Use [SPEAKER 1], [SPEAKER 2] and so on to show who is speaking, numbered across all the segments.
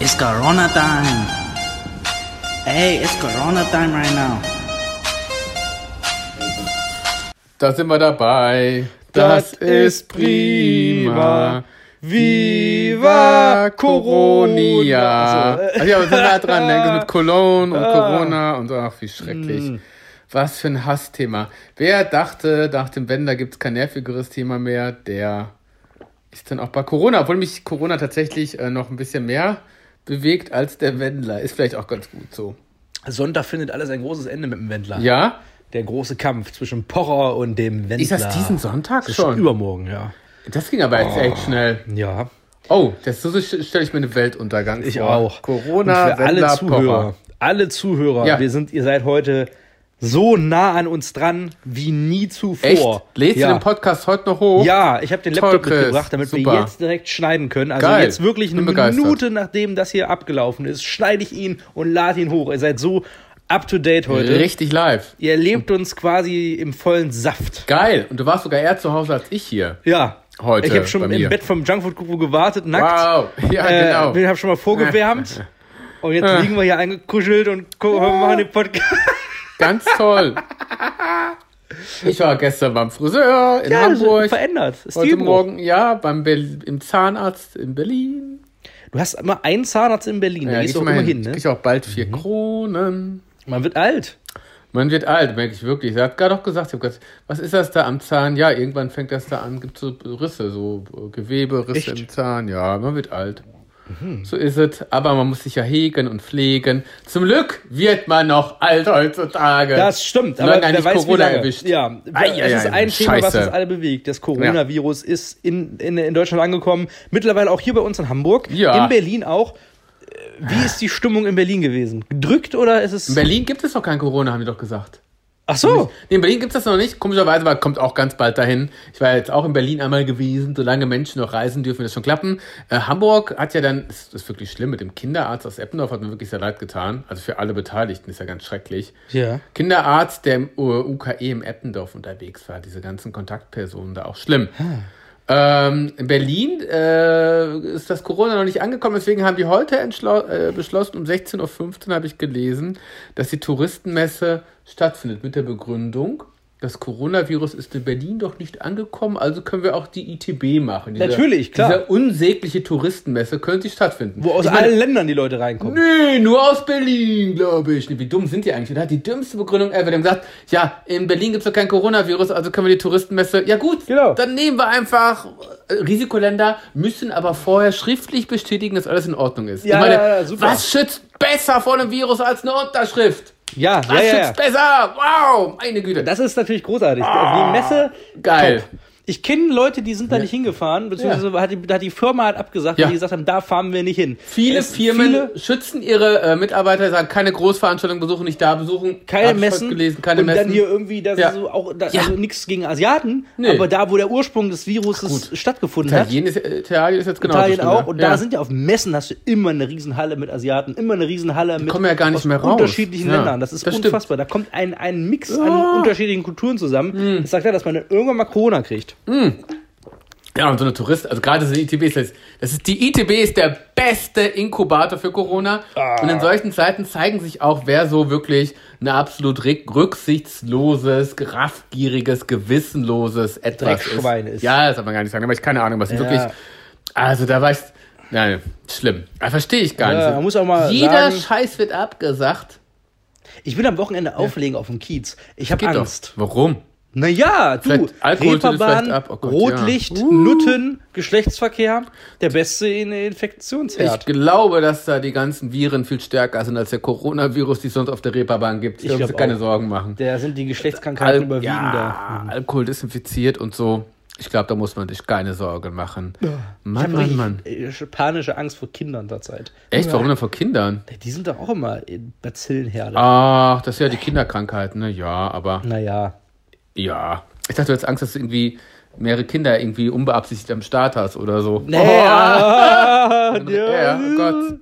[SPEAKER 1] It's Corona time. Hey, it's Corona time right now.
[SPEAKER 2] Da sind wir dabei.
[SPEAKER 3] Das ist prima. Viva Corona.
[SPEAKER 2] Also, äh. ja, wir sind nah dran, ne? Mit Cologne
[SPEAKER 3] Ah.
[SPEAKER 2] und Corona und so. Ach, wie schrecklich.
[SPEAKER 3] Mm.
[SPEAKER 2] Was für ein Hassthema. Wer dachte, nach dem Bender gibt es kein nervigeres Thema mehr, der ist dann auch bei Corona. Obwohl mich Corona tatsächlich äh, noch ein bisschen mehr bewegt als der Wendler. Ist vielleicht auch ganz gut so.
[SPEAKER 3] Sonntag findet alles ein großes Ende mit dem Wendler.
[SPEAKER 2] Ja?
[SPEAKER 3] Der große Kampf zwischen Pocher und dem Wendler.
[SPEAKER 2] Ist das diesen Sonntag
[SPEAKER 3] Das ist
[SPEAKER 2] schon?
[SPEAKER 3] Übermorgen, ja.
[SPEAKER 2] Das ging aber jetzt echt schnell.
[SPEAKER 3] Ja.
[SPEAKER 2] Oh, das so, so stelle ich mir einen Weltuntergang
[SPEAKER 3] Ich
[SPEAKER 2] vor.
[SPEAKER 3] auch.
[SPEAKER 2] Corona,
[SPEAKER 3] und für alle
[SPEAKER 2] Wendler,
[SPEAKER 3] Zuhörer.
[SPEAKER 2] Pocher.
[SPEAKER 3] Alle Zuhörer,
[SPEAKER 2] Ja.
[SPEAKER 3] wir sind, ihr seid heute so nah an uns dran wie nie zuvor.
[SPEAKER 2] Echt? Lädst
[SPEAKER 3] ja.
[SPEAKER 2] du den Podcast heute noch hoch?
[SPEAKER 3] Ja, ich habe den
[SPEAKER 2] Toll,
[SPEAKER 3] Laptop
[SPEAKER 2] Chris.
[SPEAKER 3] mitgebracht, damit
[SPEAKER 2] Super.
[SPEAKER 3] wir jetzt direkt schneiden können. Also
[SPEAKER 2] Geil.
[SPEAKER 3] jetzt wirklich eine
[SPEAKER 2] Bin begeistert.
[SPEAKER 3] Minute nachdem das hier abgelaufen ist, schneide ich ihn und lade ihn hoch. Ihr seid so up to date heute.
[SPEAKER 2] Richtig live.
[SPEAKER 3] Ihr erlebt uns quasi im vollen Saft.
[SPEAKER 2] Geil. Und du warst sogar eher zu Hause als ich hier.
[SPEAKER 3] Ja.
[SPEAKER 2] Heute
[SPEAKER 3] Ich habe
[SPEAKER 2] bei
[SPEAKER 3] schon
[SPEAKER 2] mir.
[SPEAKER 3] im Bett vom Junkfood Guru gewartet, nackt.
[SPEAKER 2] Wow. Ja,
[SPEAKER 3] Äh,
[SPEAKER 2] genau.
[SPEAKER 3] Wir haben schon mal vorgewärmt. Und jetzt liegen wir hier eingekuschelt und gucken, wir machen den Podcast.
[SPEAKER 2] Ganz toll. Ich war gestern beim Friseur in
[SPEAKER 3] Ja, das ist
[SPEAKER 2] Hamburg.
[SPEAKER 3] verändert.
[SPEAKER 2] Heute
[SPEAKER 3] Stilbruch.
[SPEAKER 2] Morgen, ja, beim Bel im Zahnarzt in Berlin.
[SPEAKER 3] Du hast immer einen Zahnarzt in Berlin, da
[SPEAKER 2] ja,
[SPEAKER 3] gehst
[SPEAKER 2] geh
[SPEAKER 3] du auch
[SPEAKER 2] ich mal
[SPEAKER 3] immer hin, ne?
[SPEAKER 2] Krieg ich auch bald vier Kronen.
[SPEAKER 3] Man wird alt.
[SPEAKER 2] Man wird alt, merke ich wirklich. Er hat gerade auch gesagt, ich hab gesagt, was ist das da am Zahn? Ja, irgendwann fängt das da an, gibt so Risse, so äh, Gewebe, Risse
[SPEAKER 3] Echt? Mhm.
[SPEAKER 2] im Zahn. Ja, man wird alt. So ist es. Aber man muss sich ja hegen und pflegen. Zum Glück wird man noch alt heutzutage.
[SPEAKER 3] Das stimmt,
[SPEAKER 2] Solange
[SPEAKER 3] aber
[SPEAKER 2] einen
[SPEAKER 3] wer
[SPEAKER 2] nicht
[SPEAKER 3] weiß, wie
[SPEAKER 2] Corona
[SPEAKER 3] lange.
[SPEAKER 2] erwischt.
[SPEAKER 3] Ja,
[SPEAKER 2] Ei, ei,
[SPEAKER 3] es
[SPEAKER 2] ei,
[SPEAKER 3] ist ein Thema, was
[SPEAKER 2] Scheiße.
[SPEAKER 3] uns alle bewegt. Das Coronavirus ist in, in, in Deutschland angekommen, mittlerweile auch hier bei uns in Hamburg,
[SPEAKER 2] Ja.
[SPEAKER 3] in Berlin auch. Äh, Wie ist die Stimmung in Berlin gewesen? Gedrückt oder ist
[SPEAKER 2] In
[SPEAKER 3] es.
[SPEAKER 2] Berlin gibt es noch kein Corona, haben die doch gesagt.
[SPEAKER 3] Ach so,
[SPEAKER 2] Nee, in Berlin gibt es das noch nicht. Komischerweise, aber kommt auch ganz bald dahin. Ich war jetzt auch in Berlin einmal gewesen. Solange Menschen noch reisen dürfen, wird das schon klappen. Äh, Hamburg hat ja dann, das ist wirklich schlimm, mit dem Kinderarzt aus Eppendorf hat mir wirklich sehr leid getan. Also für alle Beteiligten ist ja ganz schrecklich.
[SPEAKER 3] Ja.
[SPEAKER 2] Kinderarzt, der im U- UKE im Eppendorf unterwegs war. Diese ganzen Kontaktpersonen da auch schlimm. Ähm, in Berlin äh, ist das Corona noch nicht angekommen, deswegen haben die heute entschlo- äh, beschlossen, um 16.15 Uhr habe ich gelesen, dass die Touristenmesse stattfindet mit der Begründung, das Coronavirus ist in Berlin doch nicht angekommen, also können wir auch die ITB machen. Diese,
[SPEAKER 3] Natürlich, klar.
[SPEAKER 2] Diese unsägliche Touristenmesse könnte sich stattfinden.
[SPEAKER 3] wo aus
[SPEAKER 2] Ich meine,
[SPEAKER 3] allen Ländern die Leute reinkommen.
[SPEAKER 2] Nee, nur aus Berlin, glaube ich. Nee, Wie dumm sind die eigentlich? Da hat die dümmste Begründung ever. Die haben gesagt, ja, in Berlin gibt es doch kein Coronavirus, also können wir die Touristenmesse. Ja gut,
[SPEAKER 3] Genau.
[SPEAKER 2] dann nehmen wir einfach äh, Risikoländer, müssen aber vorher schriftlich bestätigen, dass alles in Ordnung ist.
[SPEAKER 3] Ja, ja, ja, super.
[SPEAKER 2] was schützt besser vor einem Virus als eine Unterschrift?
[SPEAKER 3] Ja,
[SPEAKER 2] Was
[SPEAKER 3] ja, ja. ja.
[SPEAKER 2] schützt besser? Wow, meine Güte.
[SPEAKER 3] Das ist natürlich großartig. Die Messe.
[SPEAKER 2] Ah. Geil.
[SPEAKER 3] Top. Ich kenne Leute, die sind da nicht hingefahren, beziehungsweise hat, die, hat die Firma hat abgesagt,
[SPEAKER 2] Ja.
[SPEAKER 3] weil die gesagt haben, da fahren wir nicht hin.
[SPEAKER 2] Viele
[SPEAKER 3] Es-
[SPEAKER 2] Firmen
[SPEAKER 3] viele-
[SPEAKER 2] schützen ihre äh, Mitarbeiter, sagen keine Großveranstaltung besuchen, nicht da besuchen.
[SPEAKER 3] keine
[SPEAKER 2] Hab ich
[SPEAKER 3] Messen
[SPEAKER 2] heute gelesen, keine
[SPEAKER 3] und
[SPEAKER 2] Messen.
[SPEAKER 3] dann hier irgendwie das
[SPEAKER 2] Ja.
[SPEAKER 3] ist so auch da,
[SPEAKER 2] Ja.
[SPEAKER 3] also nichts gegen Asiaten,
[SPEAKER 2] Nee.
[SPEAKER 3] aber da wo der Ursprung des Virus
[SPEAKER 2] Gut.
[SPEAKER 3] stattgefunden hat,
[SPEAKER 2] Italien ist, Italien ist jetzt genau
[SPEAKER 3] Italien
[SPEAKER 2] so schlimm,
[SPEAKER 3] auch
[SPEAKER 2] ne?
[SPEAKER 3] und
[SPEAKER 2] Ja.
[SPEAKER 3] da sind ja auf Messen hast du immer eine Riesenhalle mit Asiaten, immer eine Riesenhalle mit
[SPEAKER 2] kommen ja gar nicht
[SPEAKER 3] aus
[SPEAKER 2] mehr raus.
[SPEAKER 3] unterschiedlichen
[SPEAKER 2] Ja,
[SPEAKER 3] Ländern. Das ist
[SPEAKER 2] das stimmt.
[SPEAKER 3] unfassbar. Da kommt ein, ein Mix an unterschiedlichen Kulturen
[SPEAKER 2] Hm.
[SPEAKER 3] zusammen. Das sagt ja, dass man dann irgendwann mal Corona kriegt.
[SPEAKER 2] Ja, und so eine Tourist, also gerade so eine ITB ist das, das ist, die ITB ist der beste Inkubator für Corona.
[SPEAKER 3] Ah.
[SPEAKER 2] Und in solchen Zeiten zeigen sich auch, wer so wirklich ein absolut rick- rücksichtsloses, raffgieriges, gewissenloses etwas
[SPEAKER 3] Dreckschwein
[SPEAKER 2] ist.
[SPEAKER 3] ist.
[SPEAKER 2] Ja, das darf man gar nicht sagen, aber ich keine Ahnung, was wirklich, also da war ich, nein, schlimm. Da verstehe ich gar
[SPEAKER 3] Ja,
[SPEAKER 2] nicht.
[SPEAKER 3] man muss auch mal
[SPEAKER 2] Jeder
[SPEAKER 3] sagen-
[SPEAKER 2] Scheiß wird abgesagt.
[SPEAKER 3] Ich will am Wochenende auflegen auf dem Kiez. Ich habe
[SPEAKER 2] Geht
[SPEAKER 3] Angst.
[SPEAKER 2] doch. Warum?
[SPEAKER 3] Naja, du,
[SPEAKER 2] Vielleicht Alkohol tut es
[SPEAKER 3] Reeperbahn,
[SPEAKER 2] vielleicht ab. Oh Gott, ja.
[SPEAKER 3] Rotlicht, Nutten, Geschlechtsverkehr, der beste in Infektionsherd.
[SPEAKER 2] Ich glaube, dass da die ganzen Viren viel stärker sind als der Coronavirus, die es sonst auf der Reeperbahn gibt. Ich muss
[SPEAKER 3] glaub
[SPEAKER 2] keine
[SPEAKER 3] auch.
[SPEAKER 2] Sorgen machen.
[SPEAKER 3] Da sind die Geschlechtskrankheiten
[SPEAKER 2] Al
[SPEAKER 3] überwiegender.
[SPEAKER 2] ja, Alkohol desinfiziert und so. Ich glaube, da muss man sich keine Sorgen machen.
[SPEAKER 3] Ich
[SPEAKER 2] Mann,
[SPEAKER 3] habe
[SPEAKER 2] Mann,
[SPEAKER 3] richtig
[SPEAKER 2] Mann.
[SPEAKER 3] äh, panische Angst vor Kindern derzeit.
[SPEAKER 2] Echt, warum denn vor Kindern?
[SPEAKER 3] Die sind doch auch immer in Bazillenherde.
[SPEAKER 2] Ach, das ist ja die Kinderkrankheit, ne? Ja, aber
[SPEAKER 3] Naja.
[SPEAKER 2] ja. Ich dachte, du hättest Angst, dass du irgendwie mehrere Kinder irgendwie unbeabsichtigt am Start hast oder so.
[SPEAKER 3] Oh.
[SPEAKER 2] Oh,
[SPEAKER 3] Ja,
[SPEAKER 2] Ja, oh Gott.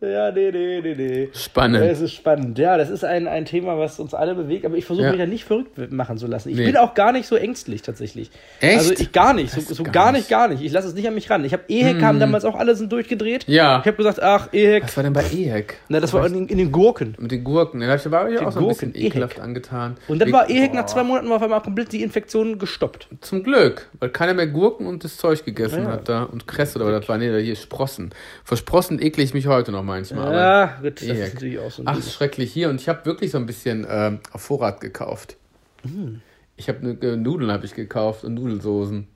[SPEAKER 3] ja, nee, nee, nee, nee.
[SPEAKER 2] Spannend.
[SPEAKER 3] Das ist spannend. Ja, das ist ein, ein Thema, was uns alle bewegt, aber ich versuche
[SPEAKER 2] Ja.
[SPEAKER 3] mich ja nicht verrückt machen zu lassen. Ich
[SPEAKER 2] Nee.
[SPEAKER 3] bin auch gar nicht so ängstlich tatsächlich.
[SPEAKER 2] Echt?
[SPEAKER 3] Also ich gar nicht, so, so
[SPEAKER 2] gar nicht.
[SPEAKER 3] gar
[SPEAKER 2] Mm.
[SPEAKER 3] nicht, gar nicht. Ich lasse es nicht an mich ran. Ich habe Ehek haben damals auch alle sind durchgedreht.
[SPEAKER 2] Ja.
[SPEAKER 3] Ich habe gesagt, ach, Ehek.
[SPEAKER 2] Was war denn bei E Ehek?
[SPEAKER 3] Na, das war in, den- in den Gurken.
[SPEAKER 2] Mit den Gurken. Da war ich auch so ein
[SPEAKER 3] Gurken, E
[SPEAKER 2] bisschen ekelhaft
[SPEAKER 3] Ehek.
[SPEAKER 2] angetan.
[SPEAKER 3] Und dann
[SPEAKER 2] Wie-
[SPEAKER 3] war Ehek nach
[SPEAKER 2] Boah.
[SPEAKER 3] zwei Monaten war auf einmal komplett die Infektion gestoppt.
[SPEAKER 2] Zum Glück, weil keiner mehr Gurken und das Zeug gegessen
[SPEAKER 3] Ja.
[SPEAKER 2] hat da. Und Kresse oder was das war. Nee, hier Sprossen. Vor Sprossen ekle ich mich heute noch manchmal. aber
[SPEAKER 3] Ja, gut, das
[SPEAKER 2] Ehek.
[SPEAKER 3] ist natürlich auch so ein
[SPEAKER 2] Ach,
[SPEAKER 3] Ding.
[SPEAKER 2] ist schrecklich hier. Und ich habe wirklich so ein bisschen ähm, auf Vorrat gekauft.
[SPEAKER 3] Mhm.
[SPEAKER 2] Ich habe ne, äh, Nudeln habe ich gekauft und Nudelsoßen.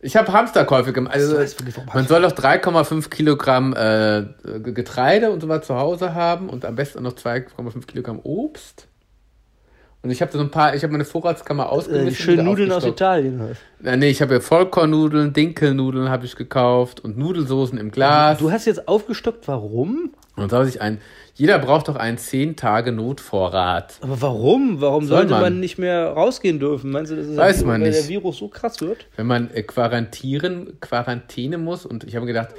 [SPEAKER 2] Ich habe Hamsterkäufe gemacht. Also,
[SPEAKER 3] Das heißt wirklich, warum
[SPEAKER 2] man
[SPEAKER 3] Hamster-
[SPEAKER 2] soll doch 3,5 Kilogramm äh, Ge- Getreide und so was zu Hause haben und am besten auch noch 2,5 Kilogramm Obst. Und ich habe so ein paar, ich habe meine Vorratskammer
[SPEAKER 3] Äh,
[SPEAKER 2] ausgemessen.
[SPEAKER 3] die schönen
[SPEAKER 2] wieder
[SPEAKER 3] Nudeln aus
[SPEAKER 2] aufgestockt.
[SPEAKER 3] Italien. halt.
[SPEAKER 2] Na, nee, ich habe ja Vollkornnudeln, Dinkelnudeln habe ich gekauft und Nudelsoßen im Glas.
[SPEAKER 3] Du hast jetzt aufgestockt, warum?
[SPEAKER 2] Und soll sich ein, jeder braucht doch einen 10 Tage Notvorrat.
[SPEAKER 3] Aber warum? Warum
[SPEAKER 2] Soll
[SPEAKER 3] sollte
[SPEAKER 2] man?
[SPEAKER 3] man? nicht mehr rausgehen dürfen? Meinst du, das ist
[SPEAKER 2] Weiß
[SPEAKER 3] ja,
[SPEAKER 2] man
[SPEAKER 3] weil
[SPEAKER 2] nicht.
[SPEAKER 3] der Virus so krass wird?
[SPEAKER 2] Wenn man äh, quarantieren, Quarantäne muss und ich habe gedacht,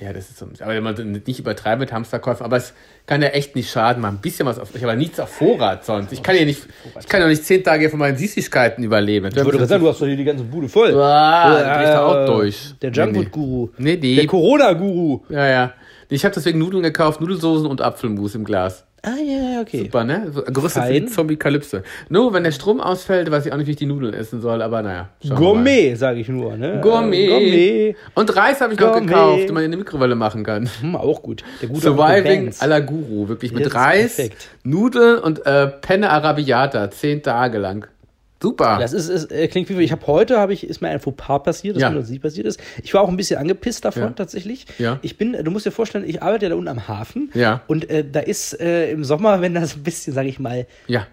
[SPEAKER 2] ja, das ist so, aber wenn man nicht übertreibt mit Hamsterkäufen, aber es kann ja echt nicht schaden, mal ein bisschen was auf, ich habe nichts auf Vorrat sonst. Ich kann ja nicht, ich kann ja nicht 10 Tage von meinen Süßigkeiten überleben.
[SPEAKER 3] Ich würde gerade sagen, du hast doch hier die ganze Bude voll.
[SPEAKER 2] Ah,
[SPEAKER 3] Äh,
[SPEAKER 2] dann dreh ich da auch durch.
[SPEAKER 3] Der
[SPEAKER 2] Nee,
[SPEAKER 3] Junkfood-Guru.
[SPEAKER 2] nee, nee.
[SPEAKER 3] Der Corona-Guru.
[SPEAKER 2] Ja, ja. Ich habe deswegen Nudeln gekauft, Nudelsoßen und Apfelmus im Glas.
[SPEAKER 3] Ah, ja, ja, okay.
[SPEAKER 2] Super, ne? So, Gerüstet für
[SPEAKER 3] Fein.
[SPEAKER 2] die Zombie-Kalypse. Nur, wenn der Strom ausfällt, weiß ich auch nicht, wie ich die Nudeln essen soll, aber naja. schauen wir mal.
[SPEAKER 3] Gourmet, sage ich nur. Ne?
[SPEAKER 2] Gourmet.
[SPEAKER 3] Äh, Gourmet.
[SPEAKER 2] Und Reis habe ich noch
[SPEAKER 3] Gourmet.
[SPEAKER 2] gekauft, den man in der Mikrowelle machen kann.
[SPEAKER 3] Hm, auch gut. Der gute
[SPEAKER 2] Surviving
[SPEAKER 3] Banks.
[SPEAKER 2] à la Guru, wirklich mit
[SPEAKER 3] Das ist
[SPEAKER 2] Reis,
[SPEAKER 3] perfekt.
[SPEAKER 2] Nudeln und äh, Penne Arabiata, zehn Tage lang. Super.
[SPEAKER 3] Das ist, ist äh, klingt wie ich habe heute habe ich ist mir ein Fauxpas passiert, das
[SPEAKER 2] Ja.
[SPEAKER 3] mir noch nie passiert ist. Ich war auch ein bisschen angepisst davon
[SPEAKER 2] Ja.
[SPEAKER 3] tatsächlich.
[SPEAKER 2] Ja.
[SPEAKER 3] Ich bin, du musst dir vorstellen, ich arbeite ja da unten am Hafen.
[SPEAKER 2] Ja.
[SPEAKER 3] Und äh, da ist äh, im Sommer, wenn das ein bisschen, sage ich mal,
[SPEAKER 2] ja.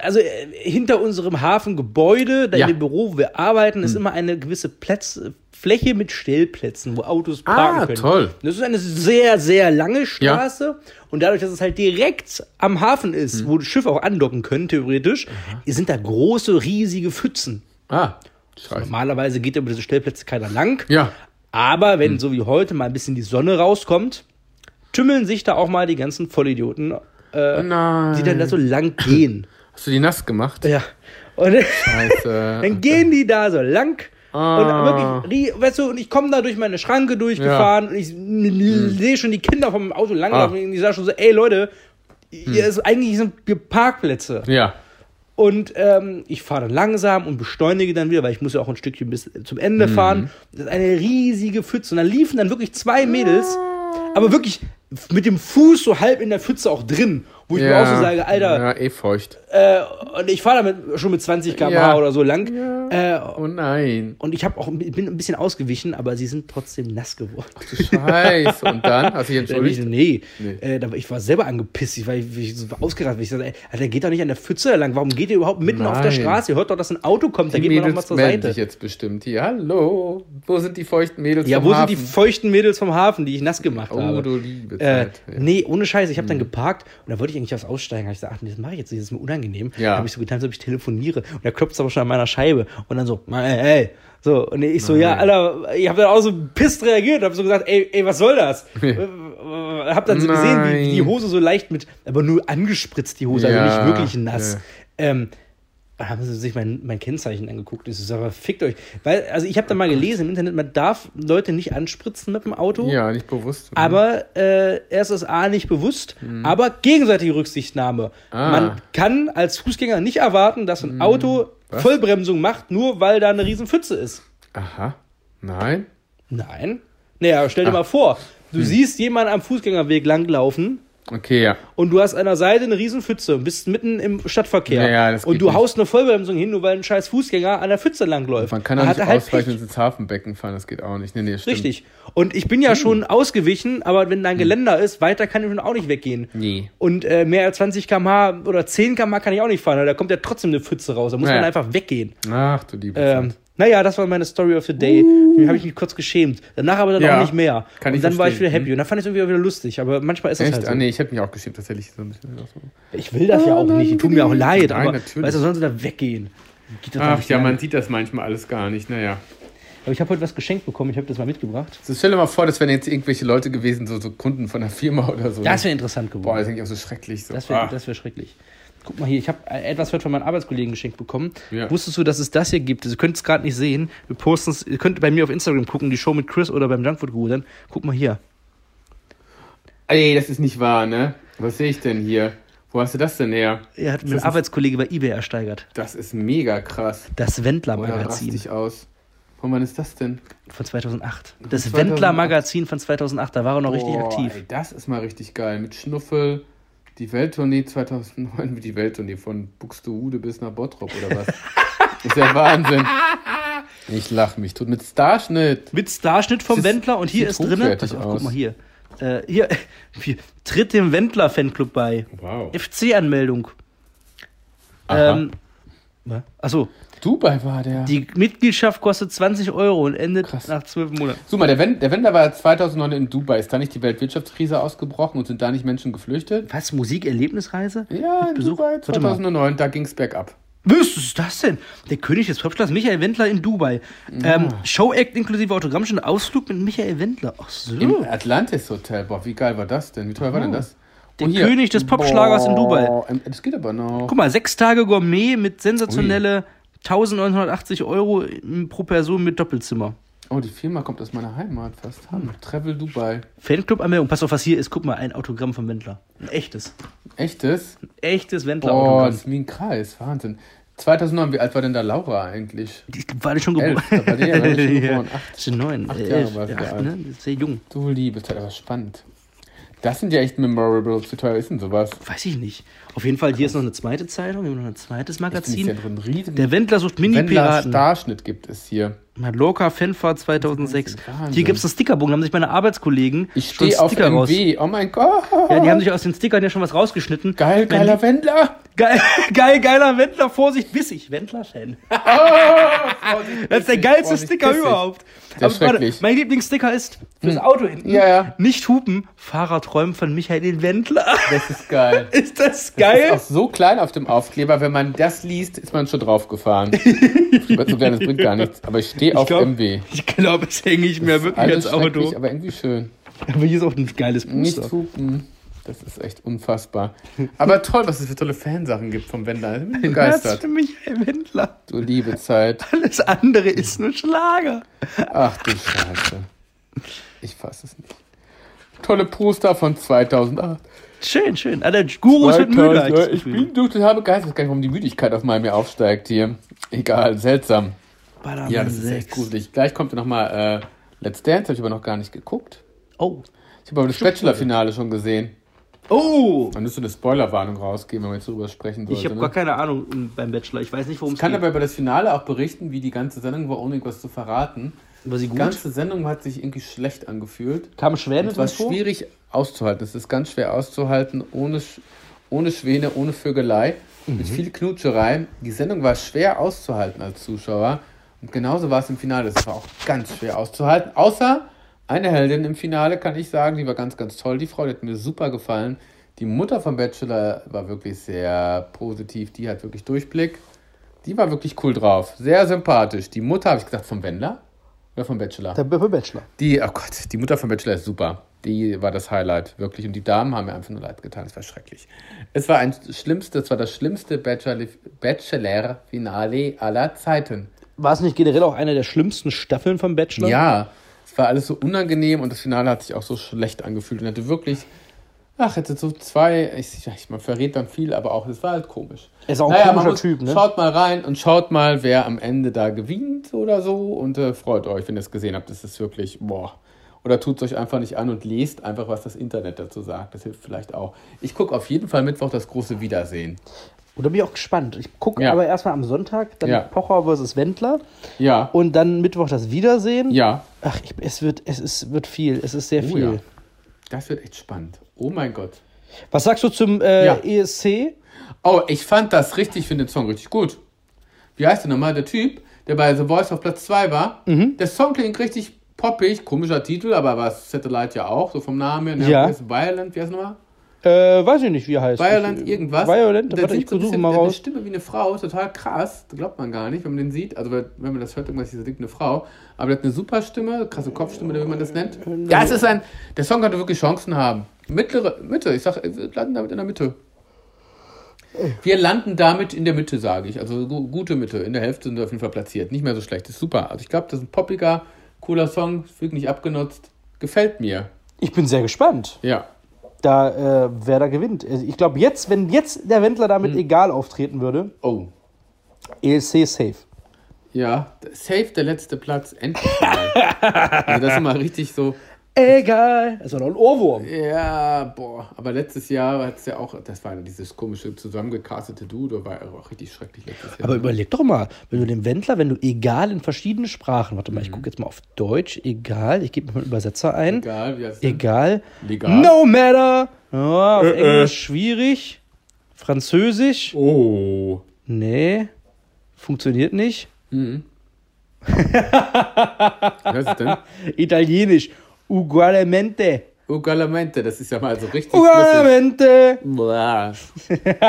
[SPEAKER 3] also äh, hinter unserem Hafengebäude, da
[SPEAKER 2] Ja. Hm.
[SPEAKER 3] in dem Büro, wo wir arbeiten, ist immer eine gewisse Plätz, Fläche mit Stellplätzen, wo Autos
[SPEAKER 2] Ah,
[SPEAKER 3] parken können.
[SPEAKER 2] toll.
[SPEAKER 3] Das ist eine sehr, sehr lange Straße. Und dadurch, dass es halt direkt am Hafen
[SPEAKER 2] Hm.
[SPEAKER 3] ist, wo das Schiff auch andocken können, theoretisch, sind da große, riesige Pfützen.
[SPEAKER 2] Ah, scheiße.
[SPEAKER 3] Normalerweise geht über diese Stellplätze keiner lang.
[SPEAKER 2] Ja. Hm.
[SPEAKER 3] Aber wenn so wie heute mal ein bisschen die Sonne rauskommt, tümmeln sich da auch mal die ganzen Vollidioten, äh,
[SPEAKER 2] Oh Nein.
[SPEAKER 3] die dann da so lang gehen.
[SPEAKER 2] Hast du die nass gemacht?
[SPEAKER 3] Ja. Und
[SPEAKER 2] Scheiße.
[SPEAKER 3] dann gehen die da so lang.
[SPEAKER 2] Ah.
[SPEAKER 3] Und wirklich, rie- weißt du, und ich komme da durch meine Schranke durchgefahren und ich sehe schon die Kinder vom Auto langlaufen.
[SPEAKER 2] Hm. Ah. Hm.
[SPEAKER 3] Und ich sage schon so, ey Leute, hier ist, eigentlich sind hier Parkplätze.
[SPEAKER 2] ja.
[SPEAKER 3] Und ähm, ich fahre dann langsam und beschleunige dann wieder, weil ich muss ja auch ein Stückchen bis zum Ende
[SPEAKER 2] Hm.
[SPEAKER 3] fahren. Das ist eine riesige Pfütze. Und dann liefen dann wirklich
[SPEAKER 2] Ah.
[SPEAKER 3] zwei Mädels, aber wirklich mit dem Fuß so halb in der Pfütze auch drin. Wo ich mir auch so sage, Alter,
[SPEAKER 2] Ja, eh feucht.
[SPEAKER 3] äh, und ich fahre damit schon mit 20 km/h
[SPEAKER 2] Ja.
[SPEAKER 3] oder so lang. Äh,
[SPEAKER 2] Oh nein.
[SPEAKER 3] und ich habe auch bin ein bisschen ausgewichen, aber sie sind trotzdem nass geworden.
[SPEAKER 2] Scheiße. Und dann? Hast du dich
[SPEAKER 3] Ich,
[SPEAKER 2] entschuldigt?
[SPEAKER 3] nee,
[SPEAKER 2] Nee.
[SPEAKER 3] Äh, da war- ich war selber angepisst, ich war, ich, ich so ausgerastet. weil Ich dachte, ey, Alter, geht doch nicht an der Pfütze lang. Warum geht ihr überhaupt mitten auf der
[SPEAKER 2] Nein.
[SPEAKER 3] Straße? Ihr hört doch, dass ein Auto kommt, da
[SPEAKER 2] Die
[SPEAKER 3] geht man doch mal
[SPEAKER 2] Mädels
[SPEAKER 3] zur
[SPEAKER 2] melden sich
[SPEAKER 3] Seite.
[SPEAKER 2] jetzt bestimmt hier. Hallo. Wo sind die feuchten Mädels
[SPEAKER 3] Ja,
[SPEAKER 2] vom
[SPEAKER 3] wo sind
[SPEAKER 2] Hafen?
[SPEAKER 3] die feuchten Mädels vom Hafen, die ich nass gemacht
[SPEAKER 2] Oh,
[SPEAKER 3] habe?
[SPEAKER 2] du liebe
[SPEAKER 3] Äh,
[SPEAKER 2] Zeit. Ja. Mhm.
[SPEAKER 3] nee, ohne Scheiß. Ich habe dann geparkt und da wollte ich eigentlich aufs Aussteigen. Hab ich gesagt, ach, nee, das mache ich jetzt nicht, das ist mir unangenehm.
[SPEAKER 2] Ja.
[SPEAKER 3] Habe ich so getan, als ob ich telefoniere. Und da klopft es aber schon an meiner Scheibe. Und dann so, ey, ey. So, und ich so, ja, Alter, ich habe dann auch so pisst reagiert und habe so gesagt, ey, ey, was soll das? habe dann so gesehen, wie, wie die
[SPEAKER 2] Nein.
[SPEAKER 3] Hose so leicht mit, aber nur angespritzt, die Hose, also
[SPEAKER 2] Ja,
[SPEAKER 3] nicht wirklich nass.
[SPEAKER 2] ja.
[SPEAKER 3] Ähm, dann haben sie sich mein, mein Kennzeichen angeguckt. Ich so, sag mal, fickt euch. Weil, also ich habe da mal gelesen im Internet, man darf Leute nicht anspritzen mit dem Auto.
[SPEAKER 2] Ja, nicht bewusst.
[SPEAKER 3] Aber äh, erstes A nicht bewusst, aber gegenseitige Rücksichtnahme.
[SPEAKER 2] Mhm. Ah. Mhm.
[SPEAKER 3] Man kann als Fußgänger nicht erwarten, dass ein Auto
[SPEAKER 2] Was?
[SPEAKER 3] Vollbremsung macht, nur weil da eine riesen Pfütze ist.
[SPEAKER 2] Aha. Nein.
[SPEAKER 3] Nein. Naja, stell dir
[SPEAKER 2] Ah.
[SPEAKER 3] mal vor, du
[SPEAKER 2] Hm.
[SPEAKER 3] siehst jemanden am Fußgängerweg langlaufen
[SPEAKER 2] Okay, ja.
[SPEAKER 3] und du hast an der Seite eine riesen Pfütze und bist mitten im Stadtverkehr.
[SPEAKER 2] Naja, das
[SPEAKER 3] und
[SPEAKER 2] geht
[SPEAKER 3] du
[SPEAKER 2] nicht.
[SPEAKER 3] haust eine Vollbremsung hin, nur weil ein scheiß Fußgänger an der Pfütze langläuft.
[SPEAKER 2] Man kann
[SPEAKER 3] Dann
[SPEAKER 2] auch
[SPEAKER 3] hat
[SPEAKER 2] nicht
[SPEAKER 3] er halt Pech.
[SPEAKER 2] ausweichend ins Hafenbecken fahren, das geht auch nicht. Nee, nee, stimmt.
[SPEAKER 3] Richtig. Und ich bin
[SPEAKER 2] Hm.
[SPEAKER 3] ja schon ausgewichen, aber wenn da ein Geländer ist, weiter kann ich schon auch nicht weggehen.
[SPEAKER 2] Nee.
[SPEAKER 3] Und äh, mehr als 20 km/h oder 10 km/h kann ich auch nicht fahren, weil da kommt ja trotzdem eine Pfütze raus. Da muss
[SPEAKER 2] Naja.
[SPEAKER 3] man einfach weggehen.
[SPEAKER 2] Ach, du liebe
[SPEAKER 3] Ähm,
[SPEAKER 2] Zeit.
[SPEAKER 3] naja, das war meine Story of the Day. Da habe ich mich kurz geschämt. Danach aber dann
[SPEAKER 2] Uh. Ja.
[SPEAKER 3] auch nicht mehr.
[SPEAKER 2] Kann
[SPEAKER 3] und
[SPEAKER 2] ich
[SPEAKER 3] dann war
[SPEAKER 2] verstehen.
[SPEAKER 3] ich
[SPEAKER 2] Hm.
[SPEAKER 3] wieder happy. Und dann fand ich es irgendwie auch wieder lustig. Aber manchmal ist das
[SPEAKER 2] Echt?
[SPEAKER 3] halt so.
[SPEAKER 2] Ah, nee, ich hätte mich auch geschämt, tatsächlich. So ein bisschen. Oh
[SPEAKER 3] Ich will das ja auch nicht. Die tun mir auch leid.
[SPEAKER 2] Nein,
[SPEAKER 3] aber
[SPEAKER 2] genau. natürlich.
[SPEAKER 3] weißt du, sollen sie da weggehen? Geht das doch
[SPEAKER 2] Ach
[SPEAKER 3] nicht
[SPEAKER 2] ja,
[SPEAKER 3] lange.
[SPEAKER 2] man sieht das manchmal alles gar nicht. Naja.
[SPEAKER 3] Aber ich habe heute was geschenkt bekommen, ich habe das mal mitgebracht.
[SPEAKER 2] So, stell dir mal vor, das wären jetzt irgendwelche Leute gewesen, so, so Kunden von der Firma oder so.
[SPEAKER 3] Das wäre interessant geworden.
[SPEAKER 2] Boah, das finde ich auch so schrecklich. So.
[SPEAKER 3] Das wäre
[SPEAKER 2] ah.
[SPEAKER 3] das wär schrecklich. Guck mal hier, ich habe etwas heute von meinen Arbeitskollegen geschenkt bekommen.
[SPEAKER 2] Ja.
[SPEAKER 3] Wusstest du, dass es das hier gibt? Also, Ihr könnt es gerade nicht sehen. Wir posten es, ihr könnt bei mir auf Instagram gucken, die Show mit Chris oder beim Junkfood Guru. Dann guck mal hier.
[SPEAKER 2] Ey, das ist nicht wahr, ne? Was sehe ich denn hier? Wo hast du das denn her?
[SPEAKER 3] Er hat mit Arbeitskollege bei eBay ersteigert.
[SPEAKER 2] Das ist mega krass. Oder
[SPEAKER 3] Das
[SPEAKER 2] rast
[SPEAKER 3] Wendler-Magazin
[SPEAKER 2] dich aus. Von wann ist das denn?
[SPEAKER 3] von 2008. Das
[SPEAKER 2] 2008.
[SPEAKER 3] Wendler-Magazin von 2008. Da war er noch richtig
[SPEAKER 2] Boah,
[SPEAKER 3] aktiv.
[SPEAKER 2] Ey, das ist mal richtig geil. Mit Schnuffel, die Welttournee 2009, wie die Welttournee von Buxtehude bis nach Bottrop oder was? ist ja Wahnsinn. Ich lach mich tot mit Starschnitt.
[SPEAKER 3] Mit Starschnitt vom
[SPEAKER 2] Sieht-
[SPEAKER 3] Wendler und hier
[SPEAKER 2] sieht
[SPEAKER 3] ist drinnen.
[SPEAKER 2] hochwertig
[SPEAKER 3] Pass auf, Guck
[SPEAKER 2] aus.
[SPEAKER 3] mal hier. Äh, hier, hier. Tritt dem Wendler-Fanclub bei.
[SPEAKER 2] Wow.
[SPEAKER 3] FC-Anmeldung.
[SPEAKER 2] Aha.
[SPEAKER 3] Äh, Ähm, achso,
[SPEAKER 2] Dubai war der.
[SPEAKER 3] Die Mitgliedschaft kostet 20 Euro und endet
[SPEAKER 2] Krass.
[SPEAKER 3] nach zwölf Monaten.
[SPEAKER 2] Guck mal, der, Wen der Wender war 2009 in Dubai. Ist da nicht die Weltwirtschaftskrise ausgebrochen und sind da nicht Menschen geflüchtet?
[SPEAKER 3] Was? Musikerlebnisreise?
[SPEAKER 2] Ja, in
[SPEAKER 3] Besuch-
[SPEAKER 2] Dubai
[SPEAKER 3] Warte mal.
[SPEAKER 2] 2009, da ging's bergab.
[SPEAKER 3] Was ist das denn? Der König des Popstars Michael Wendler in Dubai. Ähm, Showact inklusive Autogrammstunde, Ausflug mit Michael Wendler. Ach so.
[SPEAKER 2] Im Atlantis Hotel. Boah, wie geil war das denn? Wie teuer war denn das?
[SPEAKER 3] Mm.
[SPEAKER 2] Oh,
[SPEAKER 3] Der König des Popschlagers in Dubai.
[SPEAKER 2] Boah, ähm, Das geht aber noch.
[SPEAKER 3] Guck mal, sechs Tage Gourmet mit sensationelle 1980 Euro pro Person mit Doppelzimmer.
[SPEAKER 2] Oh, die Firma kommt aus meiner Heimat fast. Hm. Travel Dubai.
[SPEAKER 3] Fanclub-Anmeldung. Pass auf, was hier ist. Guck mal, ein Autogramm von Wendler. Ein echtes.
[SPEAKER 2] Echtes?
[SPEAKER 3] Ein echtes
[SPEAKER 2] Boah,
[SPEAKER 3] Wendler-Autogramm.
[SPEAKER 2] das ist wie ein Kreis. Wahnsinn. 2009, wie alt war denn da Laura eigentlich?
[SPEAKER 3] Die war die schon
[SPEAKER 2] Elf,
[SPEAKER 3] geboren.
[SPEAKER 2] da war die ja, da war die schon geboren. Acht.
[SPEAKER 3] Das sind neun.
[SPEAKER 2] Acht
[SPEAKER 3] äh,
[SPEAKER 2] Jahre
[SPEAKER 3] elf,
[SPEAKER 2] war sie
[SPEAKER 3] acht,
[SPEAKER 2] alt.
[SPEAKER 3] ne? Das ist Sehr jung.
[SPEAKER 2] Du liebe Zeit, aber spannend. Das sind ja echt Memorable. Wie teuer ist denn sowas?
[SPEAKER 3] Weiß ich nicht. Auf jeden Fall, hier ist noch eine zweite Zeitung, hier noch ein zweites
[SPEAKER 2] Jetzt sind es ja
[SPEAKER 3] Magazin.
[SPEAKER 2] drin riesige
[SPEAKER 3] Der Wendler sucht
[SPEAKER 2] Wendler
[SPEAKER 3] Mini-Piraten.
[SPEAKER 2] Starschnitt gibt es hier.
[SPEAKER 3] Mallorca Fanfahrt 2006.
[SPEAKER 2] Das ist Wahnsinn.
[SPEAKER 3] Hier gibt es einen Stickerbogen, da haben sich meine Arbeitskollegen
[SPEAKER 2] Ich
[SPEAKER 3] schon
[SPEAKER 2] stehe auf
[SPEAKER 3] Sticker raus.
[SPEAKER 2] MW. Oh mein Gott.
[SPEAKER 3] Ja, die haben sich aus den Stickern ja schon was rausgeschnitten.
[SPEAKER 2] Geil,
[SPEAKER 3] Wenn-
[SPEAKER 2] geiler Wendler.
[SPEAKER 3] Geil, geil, geiler Wendler, Vorsicht, bissig, Wendler-Fan. das ist der geilste
[SPEAKER 2] Oh, Vorsicht,
[SPEAKER 3] Sticker
[SPEAKER 2] bissig.
[SPEAKER 3] überhaupt.
[SPEAKER 2] Sehr
[SPEAKER 3] Aber warte,
[SPEAKER 2] schrecklich. Hm.
[SPEAKER 3] mein Lieblingssticker ist fürs Auto hinten.
[SPEAKER 2] Ja, ja.
[SPEAKER 3] Nicht hupen, Fahrer träumen von Michael Wendler.
[SPEAKER 2] Das ist geil.
[SPEAKER 3] Ist das
[SPEAKER 2] Ist
[SPEAKER 3] geil?
[SPEAKER 2] auch so klein auf dem Aufkleber, wenn man das liest, ist man schon draufgefahren. Lieber zu klein, das bringt gar nichts. Aber ich stehe auf
[SPEAKER 3] glaub-
[SPEAKER 2] MW.
[SPEAKER 3] Ich glaube, es hänge ich mir wirklich
[SPEAKER 2] Alles
[SPEAKER 3] ins Auto.
[SPEAKER 2] schrecklich, aber irgendwie schön.
[SPEAKER 3] Aber hier ist auch ein geiles
[SPEAKER 2] Nicht
[SPEAKER 3] Poster.
[SPEAKER 2] hupen. Das ist echt unfassbar. Aber toll, was es für tolle Fansachen gibt vom Wender. Ich bin
[SPEAKER 3] Herz für
[SPEAKER 2] begeistert.
[SPEAKER 3] Michael Wendler.
[SPEAKER 2] Du liebe Zeit.
[SPEAKER 3] Alles andere ist nur Schlager.
[SPEAKER 2] Ach du Scheiße. Ich fasse es nicht. Tolle Poster von 2008.
[SPEAKER 3] Schön, schön. Ah, Alter, Gurus wird müde. hab ich das
[SPEAKER 2] 2000, Oh, ich
[SPEAKER 3] Gefühl.
[SPEAKER 2] bin durch den halben Geist. Ich weiß gar nicht, warum die Müdigkeit auf mir aufsteigt hier. Egal, seltsam.
[SPEAKER 3] Ballermann
[SPEAKER 2] Ja, das ist echt
[SPEAKER 3] sechs.
[SPEAKER 2] gruselig. Gleich kommt nochmal äh, Let's Dance, habe ich aber noch gar nicht geguckt.
[SPEAKER 3] Oh.
[SPEAKER 2] Ich habe aber das Bachelor-Finale schon gesehen.
[SPEAKER 3] Oh!
[SPEAKER 2] Man müsste eine Spoilerwarnung rausgeben, wenn man jetzt darüber sprechen sollte.
[SPEAKER 3] Ich habe
[SPEAKER 2] ne?
[SPEAKER 3] gar keine Ahnung um- beim Bachelor. Ich weiß nicht, worum es
[SPEAKER 2] ich kann
[SPEAKER 3] geht.
[SPEAKER 2] aber über das Finale auch berichten, wie die ganze Sendung war, ohne irgendwas zu verraten.
[SPEAKER 3] War sie
[SPEAKER 2] Die
[SPEAKER 3] gut?
[SPEAKER 2] ganze Sendung hat sich irgendwie schlecht angefühlt.
[SPEAKER 3] Kam Schwäne
[SPEAKER 2] Es war
[SPEAKER 3] drin vor?
[SPEAKER 2] schwierig auszuhalten. Es ist ganz schwer auszuhalten, ohne, Sch- ohne Schwäne, ohne Vögelei, mit viel Knutscherei. Die Sendung war schwer auszuhalten als Zuschauer. Und genauso war es im Finale. Es war auch ganz schwer auszuhalten. Außer eine Heldin im Finale, kann ich sagen, die war ganz, ganz toll. Die Frau, die hat mir super gefallen. Die Mutter vom Bachelor war wirklich sehr positiv. Die hat wirklich Durchblick. Die war wirklich cool drauf. Sehr sympathisch. Die Mutter, habe ich gesagt, vom Wendler oder vom Bachelor?
[SPEAKER 3] Der Bachelor.
[SPEAKER 2] Die, oh Gott, die Mutter von Bachelor ist super. Die war das Highlight, wirklich. Und die Damen haben mir einfach nur leid getan. Es war schrecklich. Es war ein schlimmstes, es war das schlimmste Bachelor- Bachelor-Finale aller Zeiten.
[SPEAKER 3] War es nicht generell auch eine der schlimmsten Staffeln vom ne? Bachelor?
[SPEAKER 2] Ja, es war alles so unangenehm und das Finale hat sich auch so schlecht angefühlt und hatte wirklich. Ach, hätte so zwei, ich, ich man verrät dann viel, aber auch, es war halt komisch.
[SPEAKER 3] Er ist auch ein
[SPEAKER 2] man
[SPEAKER 3] komischer
[SPEAKER 2] muss-
[SPEAKER 3] Typ, ne?
[SPEAKER 2] Schaut mal rein und schaut mal, wer am Ende da gewinnt oder so und äh, freut euch, wenn ihr es gesehen habt. Das ist wirklich, boah. Oder tut es euch einfach nicht an und lest einfach, was das Internet dazu sagt. Das hilft vielleicht auch. Ich gucke auf jeden Fall Mittwoch das große Wiedersehen.
[SPEAKER 3] Und da bin ich auch gespannt. Ich gucke
[SPEAKER 2] Ja.
[SPEAKER 3] aber erstmal am Sonntag, dann
[SPEAKER 2] Ja.
[SPEAKER 3] Pocher versus Wendler
[SPEAKER 2] Ja.
[SPEAKER 3] und dann Mittwoch das Wiedersehen.
[SPEAKER 2] ja.
[SPEAKER 3] Ach, ich, es, wird, es ist, wird viel. Es ist sehr
[SPEAKER 2] Oh
[SPEAKER 3] viel.
[SPEAKER 2] ja. Das wird echt spannend. Oh mein Gott.
[SPEAKER 3] Was sagst du zum äh,
[SPEAKER 2] Ja.
[SPEAKER 3] ESC?
[SPEAKER 2] Oh, ich fand das richtig, ich finde den Song richtig gut. Wie heißt der nochmal? Der Typ, der bei The Voice auf Platz 2 war. Der Song klingt richtig poppig, komischer Titel, aber war Satellite ja auch, so vom Namen her. Ne?
[SPEAKER 3] Ja.
[SPEAKER 2] Wie heißt Violent, wie heißt er nochmal?
[SPEAKER 3] Äh, weiß ich nicht, wie er heißt.
[SPEAKER 2] Violent
[SPEAKER 3] ich,
[SPEAKER 2] irgendwas.
[SPEAKER 3] Violent,
[SPEAKER 2] der
[SPEAKER 3] warte, ich
[SPEAKER 2] singt so ein
[SPEAKER 3] versuche
[SPEAKER 2] bisschen,
[SPEAKER 3] mal
[SPEAKER 2] der hat eine
[SPEAKER 3] raus.
[SPEAKER 2] Stimme wie eine Frau, total krass. Das glaubt man gar nicht, wenn man den sieht. Also wenn man das hört, irgendwas, diese eine Frau. Aber der hat eine super Stimme, krasse Kopfstimme, wie man das nennt.
[SPEAKER 3] Äh,
[SPEAKER 2] Ja, es ist ein. Der Song könnte wirklich Chancen haben. Mittlere, Mitte, ich sag, äh, wir landen damit in der Mitte. Wir landen damit in der Mitte, sage ich. Also gu gute Mitte. In der Hälfte sind wir auf jeden Fall platziert. Nicht mehr so schlecht. Ist super. Also ich glaube, das ist ein poppiger, cooler Song, wird nicht abgenutzt. Gefällt mir.
[SPEAKER 3] Ich bin sehr gespannt,
[SPEAKER 2] Ja.
[SPEAKER 3] da, äh, wer da gewinnt. Also ich glaube, jetzt, wenn jetzt der Wendler damit egal auftreten würde,
[SPEAKER 2] Oh.
[SPEAKER 3] ELC safe.
[SPEAKER 2] Ja, safe der letzte Platz, endlich mal. also das ist mal richtig so,
[SPEAKER 3] Egal. Das war doch ein Ohrwurm.
[SPEAKER 2] ja, boah. Aber letztes Jahr hat es ja auch, das war dieses komische zusammengecastete Dude, war auch richtig schrecklich letztes Jahr.
[SPEAKER 3] Aber überleg doch mal, wenn du den Wendler, wenn du egal in verschiedenen Sprachen, warte mal,
[SPEAKER 2] Mhm.
[SPEAKER 3] ich gucke jetzt mal auf Deutsch, egal, ich gebe mal einen Übersetzer ein.
[SPEAKER 2] egal, wie heißt das?
[SPEAKER 3] Egal.
[SPEAKER 2] Legal.
[SPEAKER 3] No matter. Ja, auf Englisch schwierig. Französisch.
[SPEAKER 2] Oh.
[SPEAKER 3] Nee. Funktioniert nicht.
[SPEAKER 2] Mhm. Was ist denn?
[SPEAKER 3] Italienisch. Ugualmente.
[SPEAKER 2] Ugalamente, das ist ja mal so richtig flüssig.
[SPEAKER 3] Ugualmente.
[SPEAKER 2] Blah.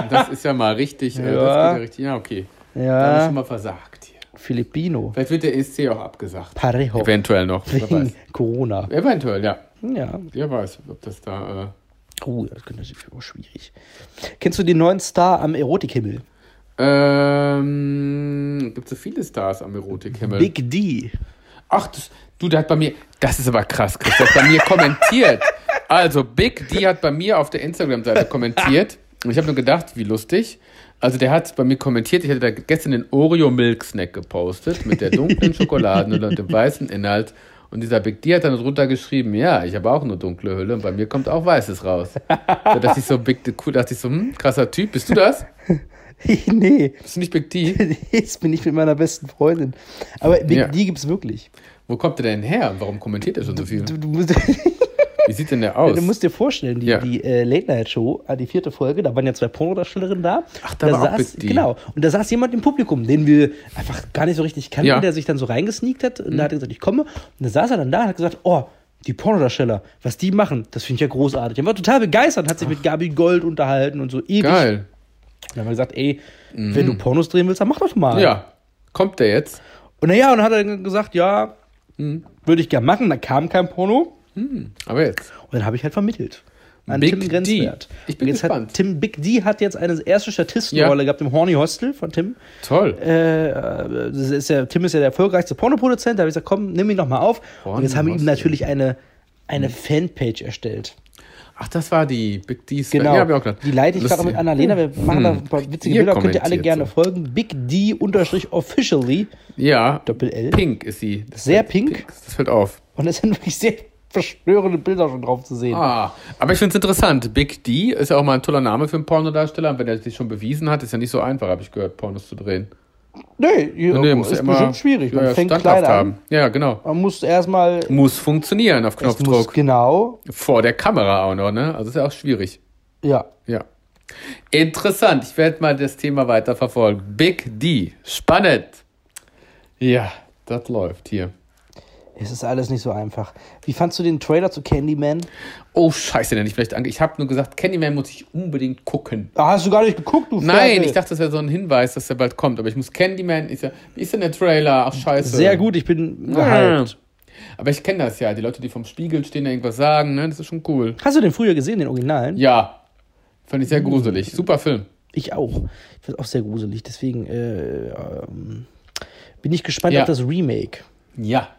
[SPEAKER 2] Das ist ja mal richtig, äh, das
[SPEAKER 3] Ja.
[SPEAKER 2] geht ja richtig. Ja, okay. Da habe ich schon
[SPEAKER 3] Ja.
[SPEAKER 2] mal versagt hier.
[SPEAKER 3] Filipino.
[SPEAKER 2] Vielleicht wird der ESC auch abgesagt.
[SPEAKER 3] Parejo.
[SPEAKER 2] Eventuell noch, wer weiß.
[SPEAKER 3] Wegen Corona.
[SPEAKER 2] Eventuell, ja.
[SPEAKER 3] Ja.
[SPEAKER 2] Wer weiß, ob das da. Äh,
[SPEAKER 3] Oh, das könnte natürlich auch schwierig. Kennst du den neuen Star am Erotikhimmel?
[SPEAKER 2] Ähm, gibt so viele Stars am Erotikhimmel.
[SPEAKER 3] Big D.
[SPEAKER 2] Ach, das, du, der hat bei mir, das ist aber krass, Chris, der hat bei mir kommentiert. Also, Big D hat bei mir auf der Instagram-Seite kommentiert. Und ich habe nur gedacht, wie lustig. Also, der hat bei mir kommentiert, ich hatte da gestern den Oreo-Milk-Snack gepostet mit der dunklen Schokoladenhülle und dem weißen Inhalt. Und dieser Big D hat dann drunter geschrieben, ja, ich habe auch eine dunkle Hülle und bei mir kommt auch Weißes raus. Da dachte ich so, Big D, cool, dachte ich so, hm, krasser Typ, bist du das?
[SPEAKER 3] nee,
[SPEAKER 2] Bist du nicht Big D?
[SPEAKER 3] jetzt bin ich mit meiner besten Freundin. Aber Big
[SPEAKER 2] Ja.
[SPEAKER 3] D gibt's wirklich.
[SPEAKER 2] Wo kommt der denn her? Und Warum kommentiert er schon so viel?
[SPEAKER 3] Du, du musst.
[SPEAKER 2] Wie sieht denn der aus?
[SPEAKER 3] Du musst dir vorstellen, die,
[SPEAKER 2] Ja.
[SPEAKER 3] die äh, Late-Night-Show, ah, die vierte Folge, da waren ja zwei Pornodarstellerinnen da.
[SPEAKER 2] Ach, da war auch
[SPEAKER 3] saß,
[SPEAKER 2] Big D.
[SPEAKER 3] Genau, und da saß jemand im Publikum, den wir einfach gar nicht so richtig kannten,
[SPEAKER 2] Ja. Mhm.
[SPEAKER 3] der sich dann so reingesneakt hat und da hat er gesagt, ich komme. Und da saß er dann da und hat gesagt, oh, die Pornodarsteller, was die machen, das finde ich ja großartig. Er war total begeistert, hat sich mit Gabi Gold unterhalten und so ewig.
[SPEAKER 2] Geil. Mhm.
[SPEAKER 3] Dann haben wir gesagt, ey, wenn du Pornos drehen willst, dann mach doch mal.
[SPEAKER 2] Ja. Kommt der jetzt?
[SPEAKER 3] Und naja, und dann hat er gesagt, ja,
[SPEAKER 2] Hm.
[SPEAKER 3] würde ich gerne machen. Da kam kein Porno
[SPEAKER 2] Aber jetzt.
[SPEAKER 3] und dann habe ich halt vermittelt. An
[SPEAKER 2] Big
[SPEAKER 3] Tim Grenzwert.
[SPEAKER 2] D. Ich bin
[SPEAKER 3] Und jetzt
[SPEAKER 2] gespannt.
[SPEAKER 3] Hat Tim Big D hat jetzt eine erste Statistenrolle
[SPEAKER 2] Ja.
[SPEAKER 3] gehabt im Horny Hostel von Tim.
[SPEAKER 2] Toll.
[SPEAKER 3] Äh, äh, das ist ja, Tim ist ja der erfolgreichste Pornoproduzent. Da habe ich gesagt, komm, nimm ihn nochmal auf. und
[SPEAKER 2] Horny
[SPEAKER 3] jetzt haben wir ihm
[SPEAKER 2] Hostel. Hm.
[SPEAKER 3] natürlich eine, eine Fanpage erstellt.
[SPEAKER 2] Ach, das war die Big D's.
[SPEAKER 3] Genau.
[SPEAKER 2] Ja, hab ich auch gedacht.
[SPEAKER 3] die leite ich gerade
[SPEAKER 2] Lustig.
[SPEAKER 3] mit Annalena. Wir machen da ein paar witzige
[SPEAKER 2] Ihr
[SPEAKER 3] Bilder. Könnt ihr alle
[SPEAKER 2] kommentiert
[SPEAKER 3] gerne
[SPEAKER 2] so.
[SPEAKER 3] folgen. Big D unterstrich officially.
[SPEAKER 2] Ja.
[SPEAKER 3] Doppel L.
[SPEAKER 2] Pink ist sie. Das
[SPEAKER 3] Sehr
[SPEAKER 2] fällt-
[SPEAKER 3] pink.
[SPEAKER 2] Das fällt auf.
[SPEAKER 3] Und es sind wirklich sehr verstörende Bilder schon drauf zu sehen.
[SPEAKER 2] Ah, aber ich finde es interessant. Big D ist ja auch mal ein toller Name für einen Pornodarsteller. Und Wenn er sich schon bewiesen hat, ist ja nicht so einfach, habe ich gehört, Pornos zu drehen.
[SPEAKER 3] Nee, hier
[SPEAKER 2] Nee, muss
[SPEAKER 3] ist
[SPEAKER 2] ja immer
[SPEAKER 3] bestimmt schwierig. Man
[SPEAKER 2] ja, ja,
[SPEAKER 3] fängt
[SPEAKER 2] standhaft
[SPEAKER 3] klein an.
[SPEAKER 2] haben. Ja, genau.
[SPEAKER 3] Man muss erstmal.
[SPEAKER 2] Muss funktionieren auf
[SPEAKER 3] Es muss
[SPEAKER 2] Knopfdruck.
[SPEAKER 3] genau.
[SPEAKER 2] Vor der Kamera auch noch, ne? Also ist ja auch schwierig.
[SPEAKER 3] Ja.
[SPEAKER 2] Ja. Interessant. Ich werde mal das Thema weiter verfolgen. Big D. Spannend. Ja, das läuft hier.
[SPEAKER 3] Es ist alles nicht so einfach. Wie fandst du den Trailer zu Candyman?
[SPEAKER 2] Oh, scheiße, denn ich vielleicht ange... Ich habe nur gesagt, Candyman muss ich unbedingt gucken.
[SPEAKER 3] Ah, hast du gar nicht geguckt, du
[SPEAKER 2] Nein,
[SPEAKER 3] Ferkel.
[SPEAKER 2] ich dachte, das wäre so ein Hinweis, dass der bald kommt. Aber ich muss Candyman... Ist ja... Wie ist denn der Trailer? Ach, scheiße.
[SPEAKER 3] Sehr gut, ich bin
[SPEAKER 2] Ja.
[SPEAKER 3] gehypt.
[SPEAKER 2] Aber ich kenne das ja. Die Leute, die vom Spiegel stehen, da irgendwas sagen. Ne? Das ist schon cool.
[SPEAKER 3] Hast du den früher gesehen, den Originalen?
[SPEAKER 2] Ja. Fand ich
[SPEAKER 3] Mm.
[SPEAKER 2] sehr gruselig. Super Film.
[SPEAKER 3] Ich auch. Ich fand auch sehr gruselig. Deswegen äh, ähm, bin ich gespannt
[SPEAKER 2] Ja.
[SPEAKER 3] auf das Remake.
[SPEAKER 2] Ja.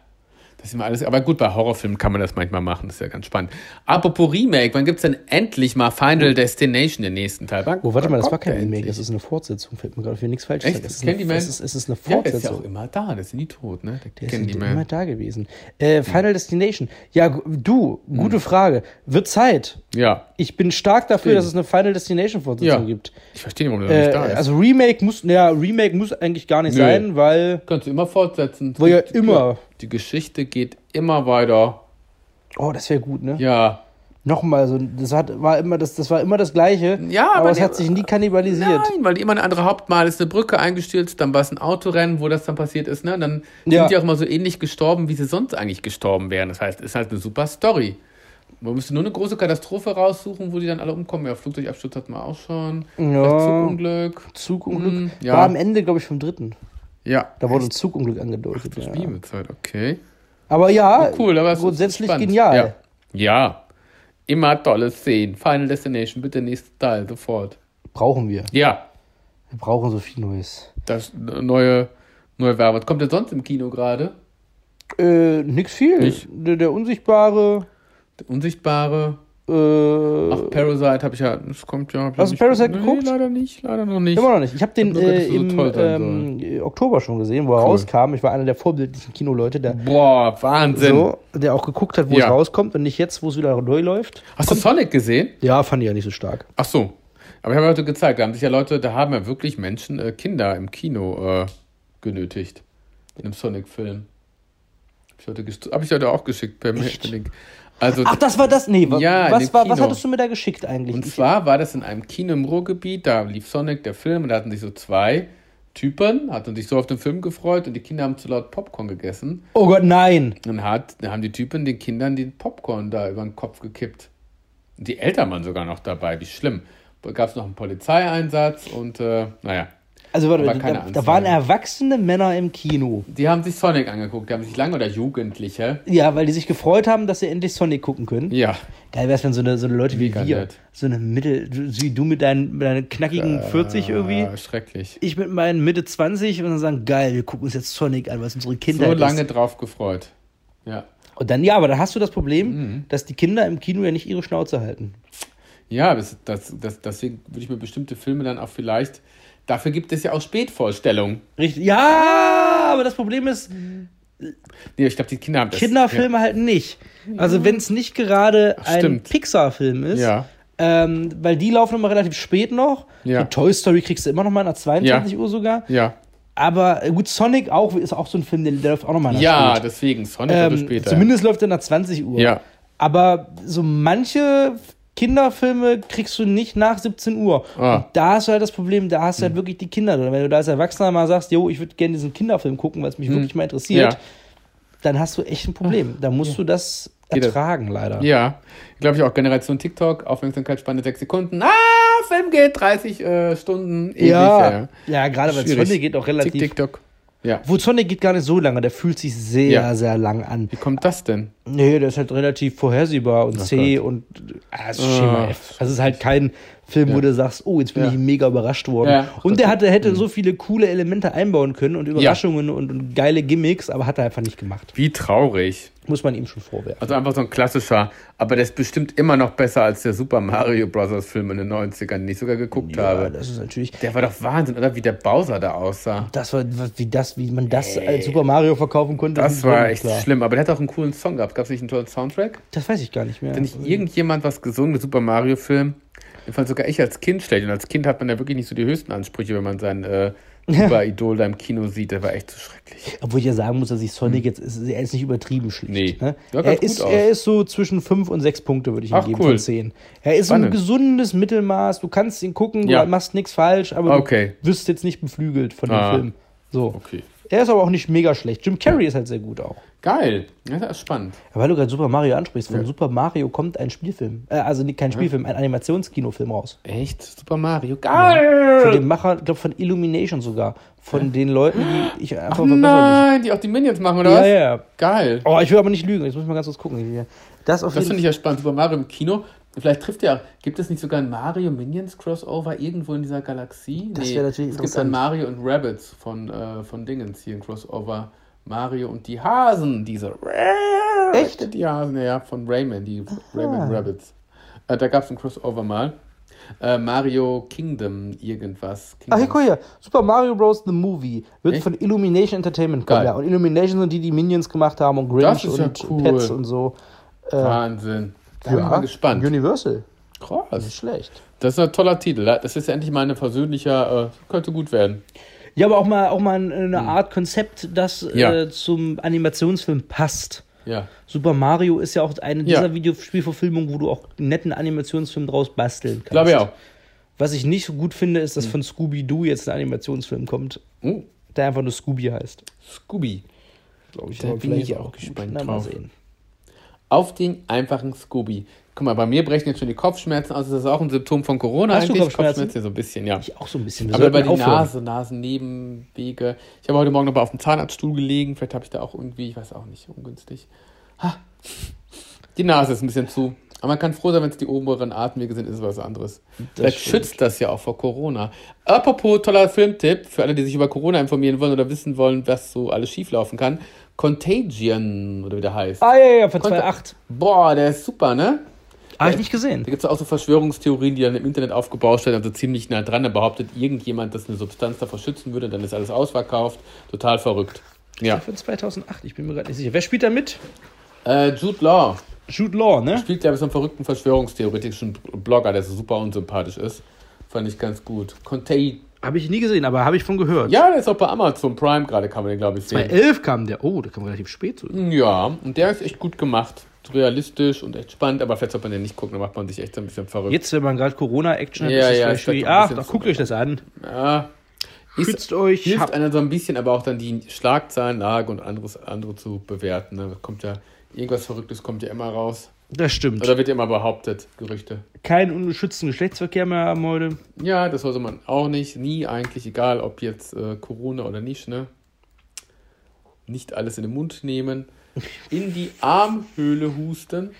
[SPEAKER 2] Das ist immer alles. Aber gut, bei Horrorfilmen kann man das manchmal machen. Das ist ja ganz spannend. Apropos Remake, wann gibt's denn endlich mal Final Destination, den nächsten Teil? Wann-
[SPEAKER 3] Oh, warte mal, das
[SPEAKER 2] wann
[SPEAKER 3] war
[SPEAKER 2] kommt
[SPEAKER 3] kein
[SPEAKER 2] der
[SPEAKER 3] Remake, das
[SPEAKER 2] endlich?
[SPEAKER 3] ist eine Fortsetzung. Fällt mir gerade für nichts falsch.
[SPEAKER 2] Echt?
[SPEAKER 3] Es ist, eine,
[SPEAKER 2] Candyman?
[SPEAKER 3] es, ist, es ist eine
[SPEAKER 2] Ja, der ist ja auch
[SPEAKER 3] Fortsetzung.
[SPEAKER 2] immer da. Der ist ja nie tot, ne? Der,
[SPEAKER 3] Der ist ja
[SPEAKER 2] Candyman.
[SPEAKER 3] immer da gewesen. Äh, Final Destination. Ja, gu- du, gute Frage. Wird Zeit.
[SPEAKER 2] Ja.
[SPEAKER 3] Ich bin stark dafür,
[SPEAKER 2] Hm. Eben.
[SPEAKER 3] dass es eine Final Destination Fortsetzung
[SPEAKER 2] Ja.
[SPEAKER 3] gibt.
[SPEAKER 2] Ich verstehe nicht, warum der
[SPEAKER 3] Äh,
[SPEAKER 2] nicht da ist. Also,
[SPEAKER 3] also Remake muss, naja, Remake muss eigentlich gar nicht
[SPEAKER 2] Nö.
[SPEAKER 3] sein, weil
[SPEAKER 2] Kannst du immer fortsetzen.
[SPEAKER 3] Wo ja
[SPEAKER 2] Die-
[SPEAKER 3] immer.
[SPEAKER 2] Die Geschichte geht immer weiter.
[SPEAKER 3] oh, das wäre gut, ne?
[SPEAKER 2] Ja.
[SPEAKER 3] Nochmal so, das hat, war immer das, das war immer das Gleiche.
[SPEAKER 2] Ja,
[SPEAKER 3] aber
[SPEAKER 2] aber
[SPEAKER 3] es
[SPEAKER 2] die-
[SPEAKER 3] hat sich nie kannibalisiert.
[SPEAKER 2] Nein, weil die immer eine andere Hauptmal ist eine Brücke eingestürzt, dann war es ein Autorennen, wo das dann passiert ist, ne? Dann
[SPEAKER 3] Ja.
[SPEAKER 2] sind die auch mal so ähnlich gestorben, wie sie sonst eigentlich gestorben wären. Das heißt, ist halt eine super Story. Man müsste nur eine große Katastrophe raussuchen, wo die dann alle umkommen. Ja, Flugzeugabsturz hat man auch schon.
[SPEAKER 3] Ja.
[SPEAKER 2] Zugunglück.
[SPEAKER 3] Zugunglück.
[SPEAKER 2] Mm, ja.
[SPEAKER 3] War am Ende, glaube ich, vom dritten.
[SPEAKER 2] Ja.
[SPEAKER 3] Da wurde ein Zugunglück angedeutet.
[SPEAKER 2] Das
[SPEAKER 3] ja.
[SPEAKER 2] Spielzeit, okay.
[SPEAKER 3] Aber ja,
[SPEAKER 2] Cool, aber es ist
[SPEAKER 3] grundsätzlich
[SPEAKER 2] spannend.
[SPEAKER 3] genial.
[SPEAKER 2] Ja. ja. Immer tolle Szenen. Final Destination, bitte nächsten Teil, sofort.
[SPEAKER 3] Brauchen wir.
[SPEAKER 2] Ja.
[SPEAKER 3] Wir brauchen so viel Neues.
[SPEAKER 2] Das neue, neue Werbe. Was kommt denn sonst im Kino gerade?
[SPEAKER 3] Äh, nix viel.
[SPEAKER 2] Nicht?
[SPEAKER 3] Der, der Unsichtbare.
[SPEAKER 2] Der Unsichtbare.
[SPEAKER 3] Äh,
[SPEAKER 2] Ach, Parasite habe ich ja. Das kommt ja. hab ich
[SPEAKER 3] Hast
[SPEAKER 2] nicht-
[SPEAKER 3] du Parasite geguckt?
[SPEAKER 2] Nee, leider nicht, leider noch nicht.
[SPEAKER 3] immer noch nicht. Ich habe den
[SPEAKER 2] hab nur gehört,
[SPEAKER 3] äh,
[SPEAKER 2] dass er so
[SPEAKER 3] im
[SPEAKER 2] toll sein
[SPEAKER 3] ähm, äh, Oktober schon gesehen, wo er
[SPEAKER 2] Cool.
[SPEAKER 3] rauskam. Ich war einer der vorbildlichen Kinoleute, der,
[SPEAKER 2] Boah, Wahnsinn.
[SPEAKER 3] so, der auch geguckt hat, wo
[SPEAKER 2] Ja.
[SPEAKER 3] es rauskommt und nicht jetzt, wo es wieder neu läuft.
[SPEAKER 2] Hast du Sonic gesehen?
[SPEAKER 3] Ja, fand ich ja nicht so stark.
[SPEAKER 2] Ach so. Aber ich habe heute gezeigt, da haben sich ja Leute, da haben ja wirklich Menschen äh, Kinder im Kino äh, genötigt. In einem Sonic-Film. Habe ich, heute gest- hab ich heute auch geschickt per Mail. den Link. Also,
[SPEAKER 3] Ach, das war das? Nee, wa-
[SPEAKER 2] Ja, in
[SPEAKER 3] was,
[SPEAKER 2] dem
[SPEAKER 3] war, was
[SPEAKER 2] Kino.
[SPEAKER 3] hattest du mir da geschickt eigentlich?
[SPEAKER 2] und
[SPEAKER 3] Ich-
[SPEAKER 2] zwar war das in einem Kino im Ruhrgebiet, da lief Sonic, der Film, und da hatten sich so zwei Typen, hatten sich so auf den Film gefreut und die Kinder haben zu laut Popcorn gegessen.
[SPEAKER 3] oh Gott, nein.
[SPEAKER 2] Und hat, da haben die Typen den Kindern den Popcorn da über den Kopf gekippt. Und Die Eltern waren sogar noch dabei, wie schlimm. Gab es noch einen Polizeieinsatz und äh, naja.
[SPEAKER 3] Also warte,
[SPEAKER 2] Aber
[SPEAKER 3] da,
[SPEAKER 2] keine
[SPEAKER 3] da, da
[SPEAKER 2] Anzeige.
[SPEAKER 3] waren erwachsene Männer im Kino.
[SPEAKER 2] Die haben sich Sonic angeguckt, die haben sich lange oder Jugendliche.
[SPEAKER 3] Ja, weil die sich gefreut haben, dass sie endlich Sonic gucken können.
[SPEAKER 2] Ja,
[SPEAKER 3] Geil wär's, wenn so eine, so eine Leute wie
[SPEAKER 2] Mega
[SPEAKER 3] wir,
[SPEAKER 2] nett.
[SPEAKER 3] so eine Mittel, so wie du mit deinen, mit deinen knackigen 40 irgendwie,
[SPEAKER 2] äh, schrecklich.
[SPEAKER 3] ich mit meinen Mitte 20 und dann sagen, geil, wir gucken uns jetzt Sonic an, was unsere Kinder
[SPEAKER 2] So lange
[SPEAKER 3] ist.
[SPEAKER 2] drauf gefreut. Ja.
[SPEAKER 3] Und dann, ja, aber dann hast du das Problem,
[SPEAKER 2] Mhm.
[SPEAKER 3] dass die Kinder im Kino ja nicht ihre Schnauze halten.
[SPEAKER 2] Ja, das, das, das, deswegen würde ich mir bestimmte Filme dann auch vielleicht. Dafür gibt es ja auch Spätvorstellungen.
[SPEAKER 3] Richtig.
[SPEAKER 2] Ah.
[SPEAKER 3] Ja, aber das Problem ist,
[SPEAKER 2] Nee, ich glaube, die Kinder haben das.
[SPEAKER 3] Kinderfilme halt nicht. Also wenn es nicht gerade
[SPEAKER 2] Ach,
[SPEAKER 3] ein
[SPEAKER 2] stimmt.
[SPEAKER 3] Pixar-Film ist,
[SPEAKER 2] Ja.
[SPEAKER 3] ähm, weil die laufen immer relativ spät noch.
[SPEAKER 2] Ja.
[SPEAKER 3] Die Toy Story kriegst du immer noch mal nach 22
[SPEAKER 2] Ja.
[SPEAKER 3] Uhr sogar.
[SPEAKER 2] Ja.
[SPEAKER 3] Aber äh, gut, Sonic auch ist auch so ein Film, der der läuft auch nochmal nach
[SPEAKER 2] Ja, ja
[SPEAKER 3] spät.
[SPEAKER 2] deswegen. Sonic ähm,
[SPEAKER 3] Ähm,
[SPEAKER 2] später.
[SPEAKER 3] zumindest läuft er nach 20 Uhr.
[SPEAKER 2] Ja.
[SPEAKER 3] Aber so manche Kinderfilme kriegst du nicht nach 17 Uhr.
[SPEAKER 2] Ah. Mhm.
[SPEAKER 3] Und da hast du halt das Problem, da hast du halt wirklich die Kinder drin. Wenn du da als Erwachsener mal sagst, jo, ich würde gerne diesen Kinderfilm gucken, weil es mich wirklich mal interessiert,
[SPEAKER 2] Mhm. Ja. Ah.
[SPEAKER 3] dann hast du echt ein Problem. Da musst du das
[SPEAKER 2] Geht das?
[SPEAKER 3] ertragen, leider.
[SPEAKER 2] Ja, glaube ich auch. Generation TikTok, Aufmerksamkeitsspanne 6 Sekunden. Ah, Film geht 30 äh, Stunden. Ewig,
[SPEAKER 3] ja. ja gerade weil
[SPEAKER 2] Schwierig.
[SPEAKER 3] Sonic geht auch relativ.
[SPEAKER 2] Tick, TikTok. Ja.
[SPEAKER 3] Wo Sonic geht gar nicht so lange, der fühlt sich sehr,
[SPEAKER 2] Ja.
[SPEAKER 3] sehr lang an.
[SPEAKER 2] Wie kommt das denn?
[SPEAKER 3] Nee, der ist halt relativ vorhersehbar und zäh und ah, es ist Schema
[SPEAKER 2] Ah.
[SPEAKER 3] F. Also es ist halt kein Film, wo du sagst, oh, jetzt bin
[SPEAKER 2] Ja.
[SPEAKER 3] ich mega überrascht worden.
[SPEAKER 2] Ja. Mhm.
[SPEAKER 3] Und der hatte, hätte so viele coole Elemente einbauen können und Überraschungen und, und geile Gimmicks, aber hat er einfach nicht gemacht.
[SPEAKER 2] Wie traurig.
[SPEAKER 3] Muss man ihm schon vorwerfen.
[SPEAKER 2] Also einfach so ein klassischer, aber der ist bestimmt immer noch besser als der Super Mario Bros. Film in den 90ern, den ich sogar geguckt
[SPEAKER 3] Ja,
[SPEAKER 2] habe.
[SPEAKER 3] das ist natürlich.
[SPEAKER 2] Der war doch Wahnsinn, oder? Wie der Bowser da aussah.
[SPEAKER 3] Das war, wie das, wie man das als Super Mario verkaufen konnte.
[SPEAKER 2] Das
[SPEAKER 3] ist
[SPEAKER 2] war
[SPEAKER 3] wirklich
[SPEAKER 2] echt
[SPEAKER 3] klar.
[SPEAKER 2] schlimm, aber der hat auch einen coolen Song gehabt. Gab es nicht einen tollen Soundtrack?
[SPEAKER 3] Das weiß ich gar nicht mehr.
[SPEAKER 2] Hat nicht irgendjemand was gesungen, der Super Mario Film? Den fand sogar ich als Kind schlecht. Und als Kind hat man ja wirklich nicht so die höchsten Ansprüche, wenn man sein äh, Super-Idol da im Kino sieht. Der war echt zu schrecklich.
[SPEAKER 3] Obwohl ich ja sagen muss, dass ich Sonic jetzt, ist, er ist nicht übertrieben schlecht.
[SPEAKER 2] Hm. Nee.
[SPEAKER 3] Ne?
[SPEAKER 2] Ja, ganz
[SPEAKER 3] er,
[SPEAKER 2] gut
[SPEAKER 3] ist,
[SPEAKER 2] aus.
[SPEAKER 3] er ist so zwischen 5 und 6 Punkte, würde ich ihm
[SPEAKER 2] Ach,
[SPEAKER 3] geben
[SPEAKER 2] cool.
[SPEAKER 3] von 10. Er ist so ein
[SPEAKER 2] Spannend.
[SPEAKER 3] gesundes Mittelmaß. Du kannst ihn gucken,
[SPEAKER 2] Ja.
[SPEAKER 3] du machst nichts falsch, aber
[SPEAKER 2] Okay.
[SPEAKER 3] du wirst jetzt nicht beflügelt von dem
[SPEAKER 2] Ah.
[SPEAKER 3] Film. So.
[SPEAKER 2] Okay.
[SPEAKER 3] Er ist aber auch nicht mega schlecht. Jim Carrey ist halt sehr gut auch.
[SPEAKER 2] Geil. Ja, das ist spannend.
[SPEAKER 3] Ja, weil du gerade Super Mario ansprichst, von Super Mario kommt ein Spielfilm. Äh, also nicht kein Spielfilm, ein Animationskinofilm raus.
[SPEAKER 2] Echt? Super Mario. Geil!
[SPEAKER 3] Von dem Macher, ich glaube von Illumination sogar. Von den Leuten, die ich
[SPEAKER 2] Oh,
[SPEAKER 3] einfach verbessern muss.
[SPEAKER 2] Äh. Nein, die auch die Minions machen, oder
[SPEAKER 3] Ja,
[SPEAKER 2] was?
[SPEAKER 3] ja.
[SPEAKER 2] Geil.
[SPEAKER 3] Oh, ich will aber nicht lügen. Jetzt muss ich mal ganz kurz gucken. hier. Das auf
[SPEAKER 2] Das
[SPEAKER 3] jeden
[SPEAKER 2] finde ich ja spannend. Super Mario im Kino. Vielleicht trifft ja. Gibt es nicht sogar ein Mario Minions Crossover irgendwo in dieser Galaxie?
[SPEAKER 3] Das wäre natürlich
[SPEAKER 2] Es gibt
[SPEAKER 3] interessant.
[SPEAKER 2] ein Mario und Rabbits von, äh, von Dingens hier ein Crossover. Mario und die Hasen, diese.
[SPEAKER 3] Echt?
[SPEAKER 2] Die Hasen, ja, von Rayman, die Rayman Rabbits. Äh, da gab es ein Crossover mal. Äh, Mario Kingdom, irgendwas.
[SPEAKER 3] Ach,
[SPEAKER 2] Kingdom.
[SPEAKER 3] hier, guck hier. Super Mario Bros. The Movie wird
[SPEAKER 2] Echt?
[SPEAKER 3] von Illumination Entertainment kommen.
[SPEAKER 2] Geil.
[SPEAKER 3] Ja. Und Illumination sind die, die Minions gemacht haben und Grinch
[SPEAKER 2] Das ist ja
[SPEAKER 3] und
[SPEAKER 2] cool.
[SPEAKER 3] Pets und so. Äh,
[SPEAKER 2] Wahnsinn. Da bin ich mal gespannt.
[SPEAKER 3] Universal.
[SPEAKER 2] Krass.
[SPEAKER 3] Nicht schlecht.
[SPEAKER 2] Das ist ein toller Titel. Das ist ja endlich mal eine versöhnlicher, äh, könnte gut werden.
[SPEAKER 3] Ja, aber auch mal, auch mal eine Art Konzept, das
[SPEAKER 2] Hm. Ja.
[SPEAKER 3] äh, zum Animationsfilm passt.
[SPEAKER 2] Ja.
[SPEAKER 3] Super Mario ist ja auch eine
[SPEAKER 2] Ja.
[SPEAKER 3] dieser Videospielverfilmungen, wo du auch einen netten Animationsfilm draus basteln kannst.
[SPEAKER 2] Glaube ich auch.
[SPEAKER 3] Was ich nicht so gut finde, ist, dass von Scooby-Doo jetzt ein Animationsfilm kommt,
[SPEAKER 2] Hm. Oh,
[SPEAKER 3] der einfach nur Scooby heißt.
[SPEAKER 2] Scooby.
[SPEAKER 3] Glaube ich.
[SPEAKER 2] Da
[SPEAKER 3] aber
[SPEAKER 2] bin
[SPEAKER 3] vielleicht
[SPEAKER 2] ich
[SPEAKER 3] ist
[SPEAKER 2] auch
[SPEAKER 3] gut.
[SPEAKER 2] gespannt
[SPEAKER 3] Na, mal
[SPEAKER 2] drauf.
[SPEAKER 3] sehen.
[SPEAKER 2] auf den einfachen Scooby. Guck mal, bei mir brechen jetzt schon die Kopfschmerzen aus. Das ist auch ein Symptom von Corona
[SPEAKER 4] Hast du Kopfschmerzen?
[SPEAKER 2] so ein bisschen, ja.
[SPEAKER 4] Ich auch so ein bisschen. Wir
[SPEAKER 2] Aber
[SPEAKER 4] sollten
[SPEAKER 2] über die
[SPEAKER 4] aufhören.
[SPEAKER 2] Nase, Nasennebenwege. Ich habe heute Morgen noch mal auf dem Zahnarztstuhl gelegen. Vielleicht habe ich da auch irgendwie, ich weiß auch nicht, ungünstig. Ha. Die Nase ist ein bisschen zu. Aber man kann froh sein, wenn es die oberen Atemwege sind, ist es was anderes. Vielleicht schützt das ja auch vor Corona. Apropos toller Filmtipp für alle, die sich über Corona informieren wollen oder wissen wollen, was so alles schieflaufen kann. Contagion, oder wie der heißt.
[SPEAKER 4] Ah, ja, ja, von
[SPEAKER 2] Konnte-
[SPEAKER 4] 2,8.
[SPEAKER 2] Boah, der ist super, ne?
[SPEAKER 4] Habe ich nicht gesehen.
[SPEAKER 2] Da gibt es auch so Verschwörungstheorien, die dann im Internet aufgebaut werden, also ziemlich nah dran. Da behauptet irgendjemand, dass eine Substanz davor schützen würde, dann ist alles ausverkauft. Total verrückt. Ja.
[SPEAKER 4] Von 2008, ich bin mir gerade nicht sicher. Wer spielt da mit?
[SPEAKER 2] Äh, Jude Law
[SPEAKER 4] Jude Law, ne?
[SPEAKER 2] spielt, glaube ich, so einen verrückten verschwörungstheoretischen Blogger, der so super unsympathisch ist. Fand ich ganz gut. Contain.
[SPEAKER 4] Habe ich nie gesehen, aber habe ich von gehört.
[SPEAKER 2] Ja, der ist auch bei Amazon Prime gerade, kann man den, glaube ich,
[SPEAKER 4] Bei
[SPEAKER 2] sehen.
[SPEAKER 4] 11 kam der. Oh, der kam relativ spät zu.
[SPEAKER 2] Ja, und der ist echt gut gemacht. Realistisch und echt spannend, aber vielleicht sollte man den nicht gucken, da macht man sich echt so ein bisschen verrückt.
[SPEAKER 4] Jetzt, wenn man gerade Corona-Action hat,
[SPEAKER 2] Ja,
[SPEAKER 4] ist es
[SPEAKER 2] ja,
[SPEAKER 4] vielleicht
[SPEAKER 2] ist vielleicht
[SPEAKER 4] schwierig.
[SPEAKER 2] ein
[SPEAKER 4] Ach,
[SPEAKER 2] bisschen
[SPEAKER 4] doch, guckt euch das an.
[SPEAKER 2] Ja. Ist-
[SPEAKER 4] Schützt euch.
[SPEAKER 2] hilft
[SPEAKER 4] Hab,
[SPEAKER 2] einer so ein bisschen, aber auch dann die Schlagzeilenlage und anderes, andere zu bewerten. Ne? Kommt ja, irgendwas Verrücktes kommt ja immer raus.
[SPEAKER 4] das stimmt.
[SPEAKER 2] Oder wird ja immer behauptet, Gerüchte.
[SPEAKER 4] Keinen ungeschützten Geschlechtsverkehr mehr haben heute.
[SPEAKER 2] Ja, das sollte man auch nicht. Nie eigentlich, egal ob jetzt äh, Corona oder nicht, ne? Nicht alles in den Mund nehmen. In die Armhöhle husten.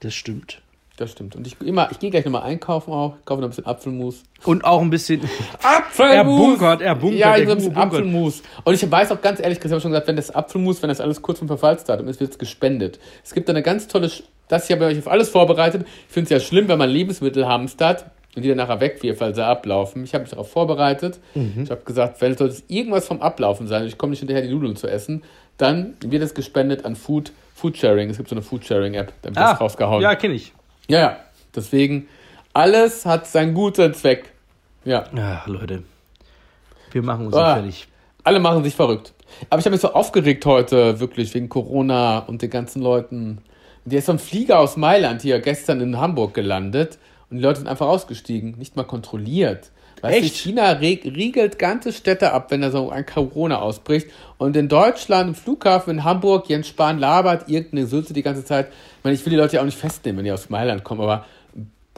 [SPEAKER 4] Das stimmt.
[SPEAKER 2] Das stimmt. Und ich immer, ich gehe gleich nochmal einkaufen auch, kaufe noch ein bisschen Apfelmus.
[SPEAKER 4] Und auch ein bisschen.
[SPEAKER 2] Apfelmus!
[SPEAKER 4] Er bunkert, er bunkert,
[SPEAKER 2] Ja,
[SPEAKER 4] der
[SPEAKER 2] ich so ein bisschen
[SPEAKER 4] Guru bunkert.
[SPEAKER 2] Apfelmus. Und ich weiß auch ganz ehrlich, Chris, ich habe schon gesagt, wenn das Apfelmus, wenn das alles kurz vom Verfallsdatum ist, wird es gespendet. Es gibt da eine ganz tolle, Sch das hier habe ich euch auf alles vorbereitet. Ich finde es ja schlimm, wenn man Lebensmittel hamstert und die dann nachher wegwirft, weil sie ablaufen. Ich habe mich darauf vorbereitet.
[SPEAKER 4] Mhm.
[SPEAKER 2] Ich habe gesagt, wenn sollte es irgendwas vom Ablaufen sein, und ich komme nicht hinterher, die Nudeln zu essen, dann wird es gespendet an Food, Foodsharing. Es gibt so eine Foodsharing-App, da wird
[SPEAKER 4] Ah,
[SPEAKER 2] das rausgehauen.
[SPEAKER 4] ja, kenne ich.
[SPEAKER 2] ja, ja. Deswegen, alles hat seinen guten Zweck. Ja.
[SPEAKER 4] Ach, Leute. Wir machen uns
[SPEAKER 2] Ah.
[SPEAKER 4] nicht fertig.
[SPEAKER 2] Alle machen sich verrückt. Aber ich habe mich so aufgeregt heute, wirklich, wegen Corona und den ganzen Leuten. Und hier ist so ein Flieger aus Mailand hier gestern in Hamburg gelandet und die Leute sind einfach ausgestiegen, nicht mal kontrolliert. Weißt
[SPEAKER 4] Echt?
[SPEAKER 2] Du, China reg- riegelt ganze Städte ab, wenn da so ein Corona ausbricht. Und in Deutschland, im Flughafen in Hamburg, Jens Spahn labert irgendeine Sülze die ganze Zeit. Ich meine, ich will die Leute ja auch nicht festnehmen, wenn die aus Mailand kommen, aber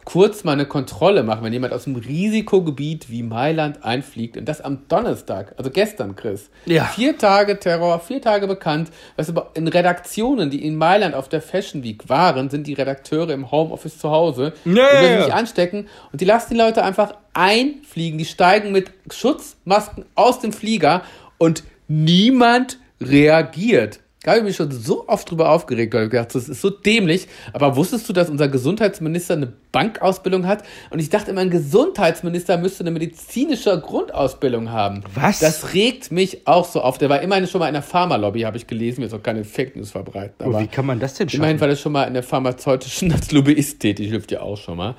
[SPEAKER 2] kurz mal eine Kontrolle machen, wenn jemand aus einem Risikogebiet wie Mailand einfliegt und das am Donnerstag, also gestern, Chris.
[SPEAKER 4] Ja.
[SPEAKER 2] Vier Tage Terror, vier Tage bekannt. Weißt du, in Redaktionen, die in Mailand auf der Fashion Week waren, sind die Redakteure im Homeoffice zu Hause.
[SPEAKER 4] Ja,
[SPEAKER 2] und
[SPEAKER 4] ja,
[SPEAKER 2] würden
[SPEAKER 4] ja.
[SPEAKER 2] sich anstecken und die lassen die Leute einfach einfliegen. Die steigen mit Schutzmasken aus dem Flieger und niemand reagiert. Da habe ich mich schon so oft drüber aufgeregt, weil ich gedacht, das ist so dämlich. Aber wusstest du, dass unser Gesundheitsminister eine Bankausbildung hat? Und ich dachte immer, ein Gesundheitsminister müsste eine medizinische Grundausbildung haben.
[SPEAKER 4] Was?
[SPEAKER 2] Das regt mich auch so auf. Der war immerhin schon mal in der Pharmalobby, habe ich gelesen. Wir sollen keine Fake News verbreiten.
[SPEAKER 4] Oh,
[SPEAKER 2] Aber
[SPEAKER 4] wie kann man das denn schaffen?
[SPEAKER 2] Immerhin war das schon mal in der pharmazeutischen als Lobbyist tätig, hilft ja auch schon mal.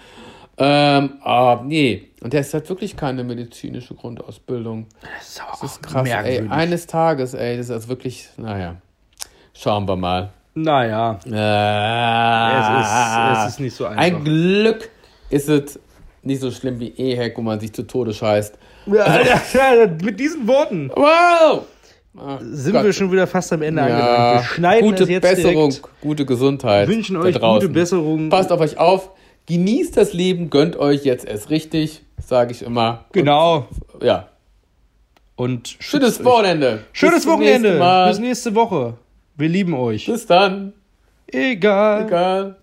[SPEAKER 2] Ähm, ah, nee. Und der ist halt wirklich keine medizinische Grundausbildung.
[SPEAKER 4] das ist aber auch
[SPEAKER 2] Das ist krass, ey.
[SPEAKER 4] merkwürdig.
[SPEAKER 2] Eines Tages, ey, das ist also wirklich, naja. Schauen wir mal.
[SPEAKER 4] Naja,
[SPEAKER 2] Äh,
[SPEAKER 4] es, ist, es ist nicht so einfach.
[SPEAKER 2] Ah. Ein Glück ist es nicht so schlimm wie Ehek, wo man sich zu Tode scheißt.
[SPEAKER 4] Ja, Mit diesen Worten
[SPEAKER 2] Wow! Ach
[SPEAKER 4] sind
[SPEAKER 2] Gott.
[SPEAKER 4] wir schon wieder fast am Ende angelangt.
[SPEAKER 2] Ja,
[SPEAKER 4] genau. Wir schneiden
[SPEAKER 2] gute
[SPEAKER 4] das jetzt
[SPEAKER 2] Besserung,
[SPEAKER 4] direkt.
[SPEAKER 2] gute Gesundheit.
[SPEAKER 4] Wünschen
[SPEAKER 2] da
[SPEAKER 4] euch gute
[SPEAKER 2] draußen.
[SPEAKER 4] Besserung.
[SPEAKER 2] Passt auf euch auf, genießt das Leben, gönnt euch jetzt erst richtig, sage ich immer.
[SPEAKER 4] Genau.
[SPEAKER 2] Ja,
[SPEAKER 4] Und schützt
[SPEAKER 2] schönes
[SPEAKER 4] euch.
[SPEAKER 2] Wochenende.
[SPEAKER 4] Schönes
[SPEAKER 2] Bis zum nächsten
[SPEAKER 4] Wochenende.
[SPEAKER 2] Mal.
[SPEAKER 4] Bis nächste Woche. Wir lieben euch.
[SPEAKER 2] Bis dann.
[SPEAKER 4] Egal.
[SPEAKER 2] Egal.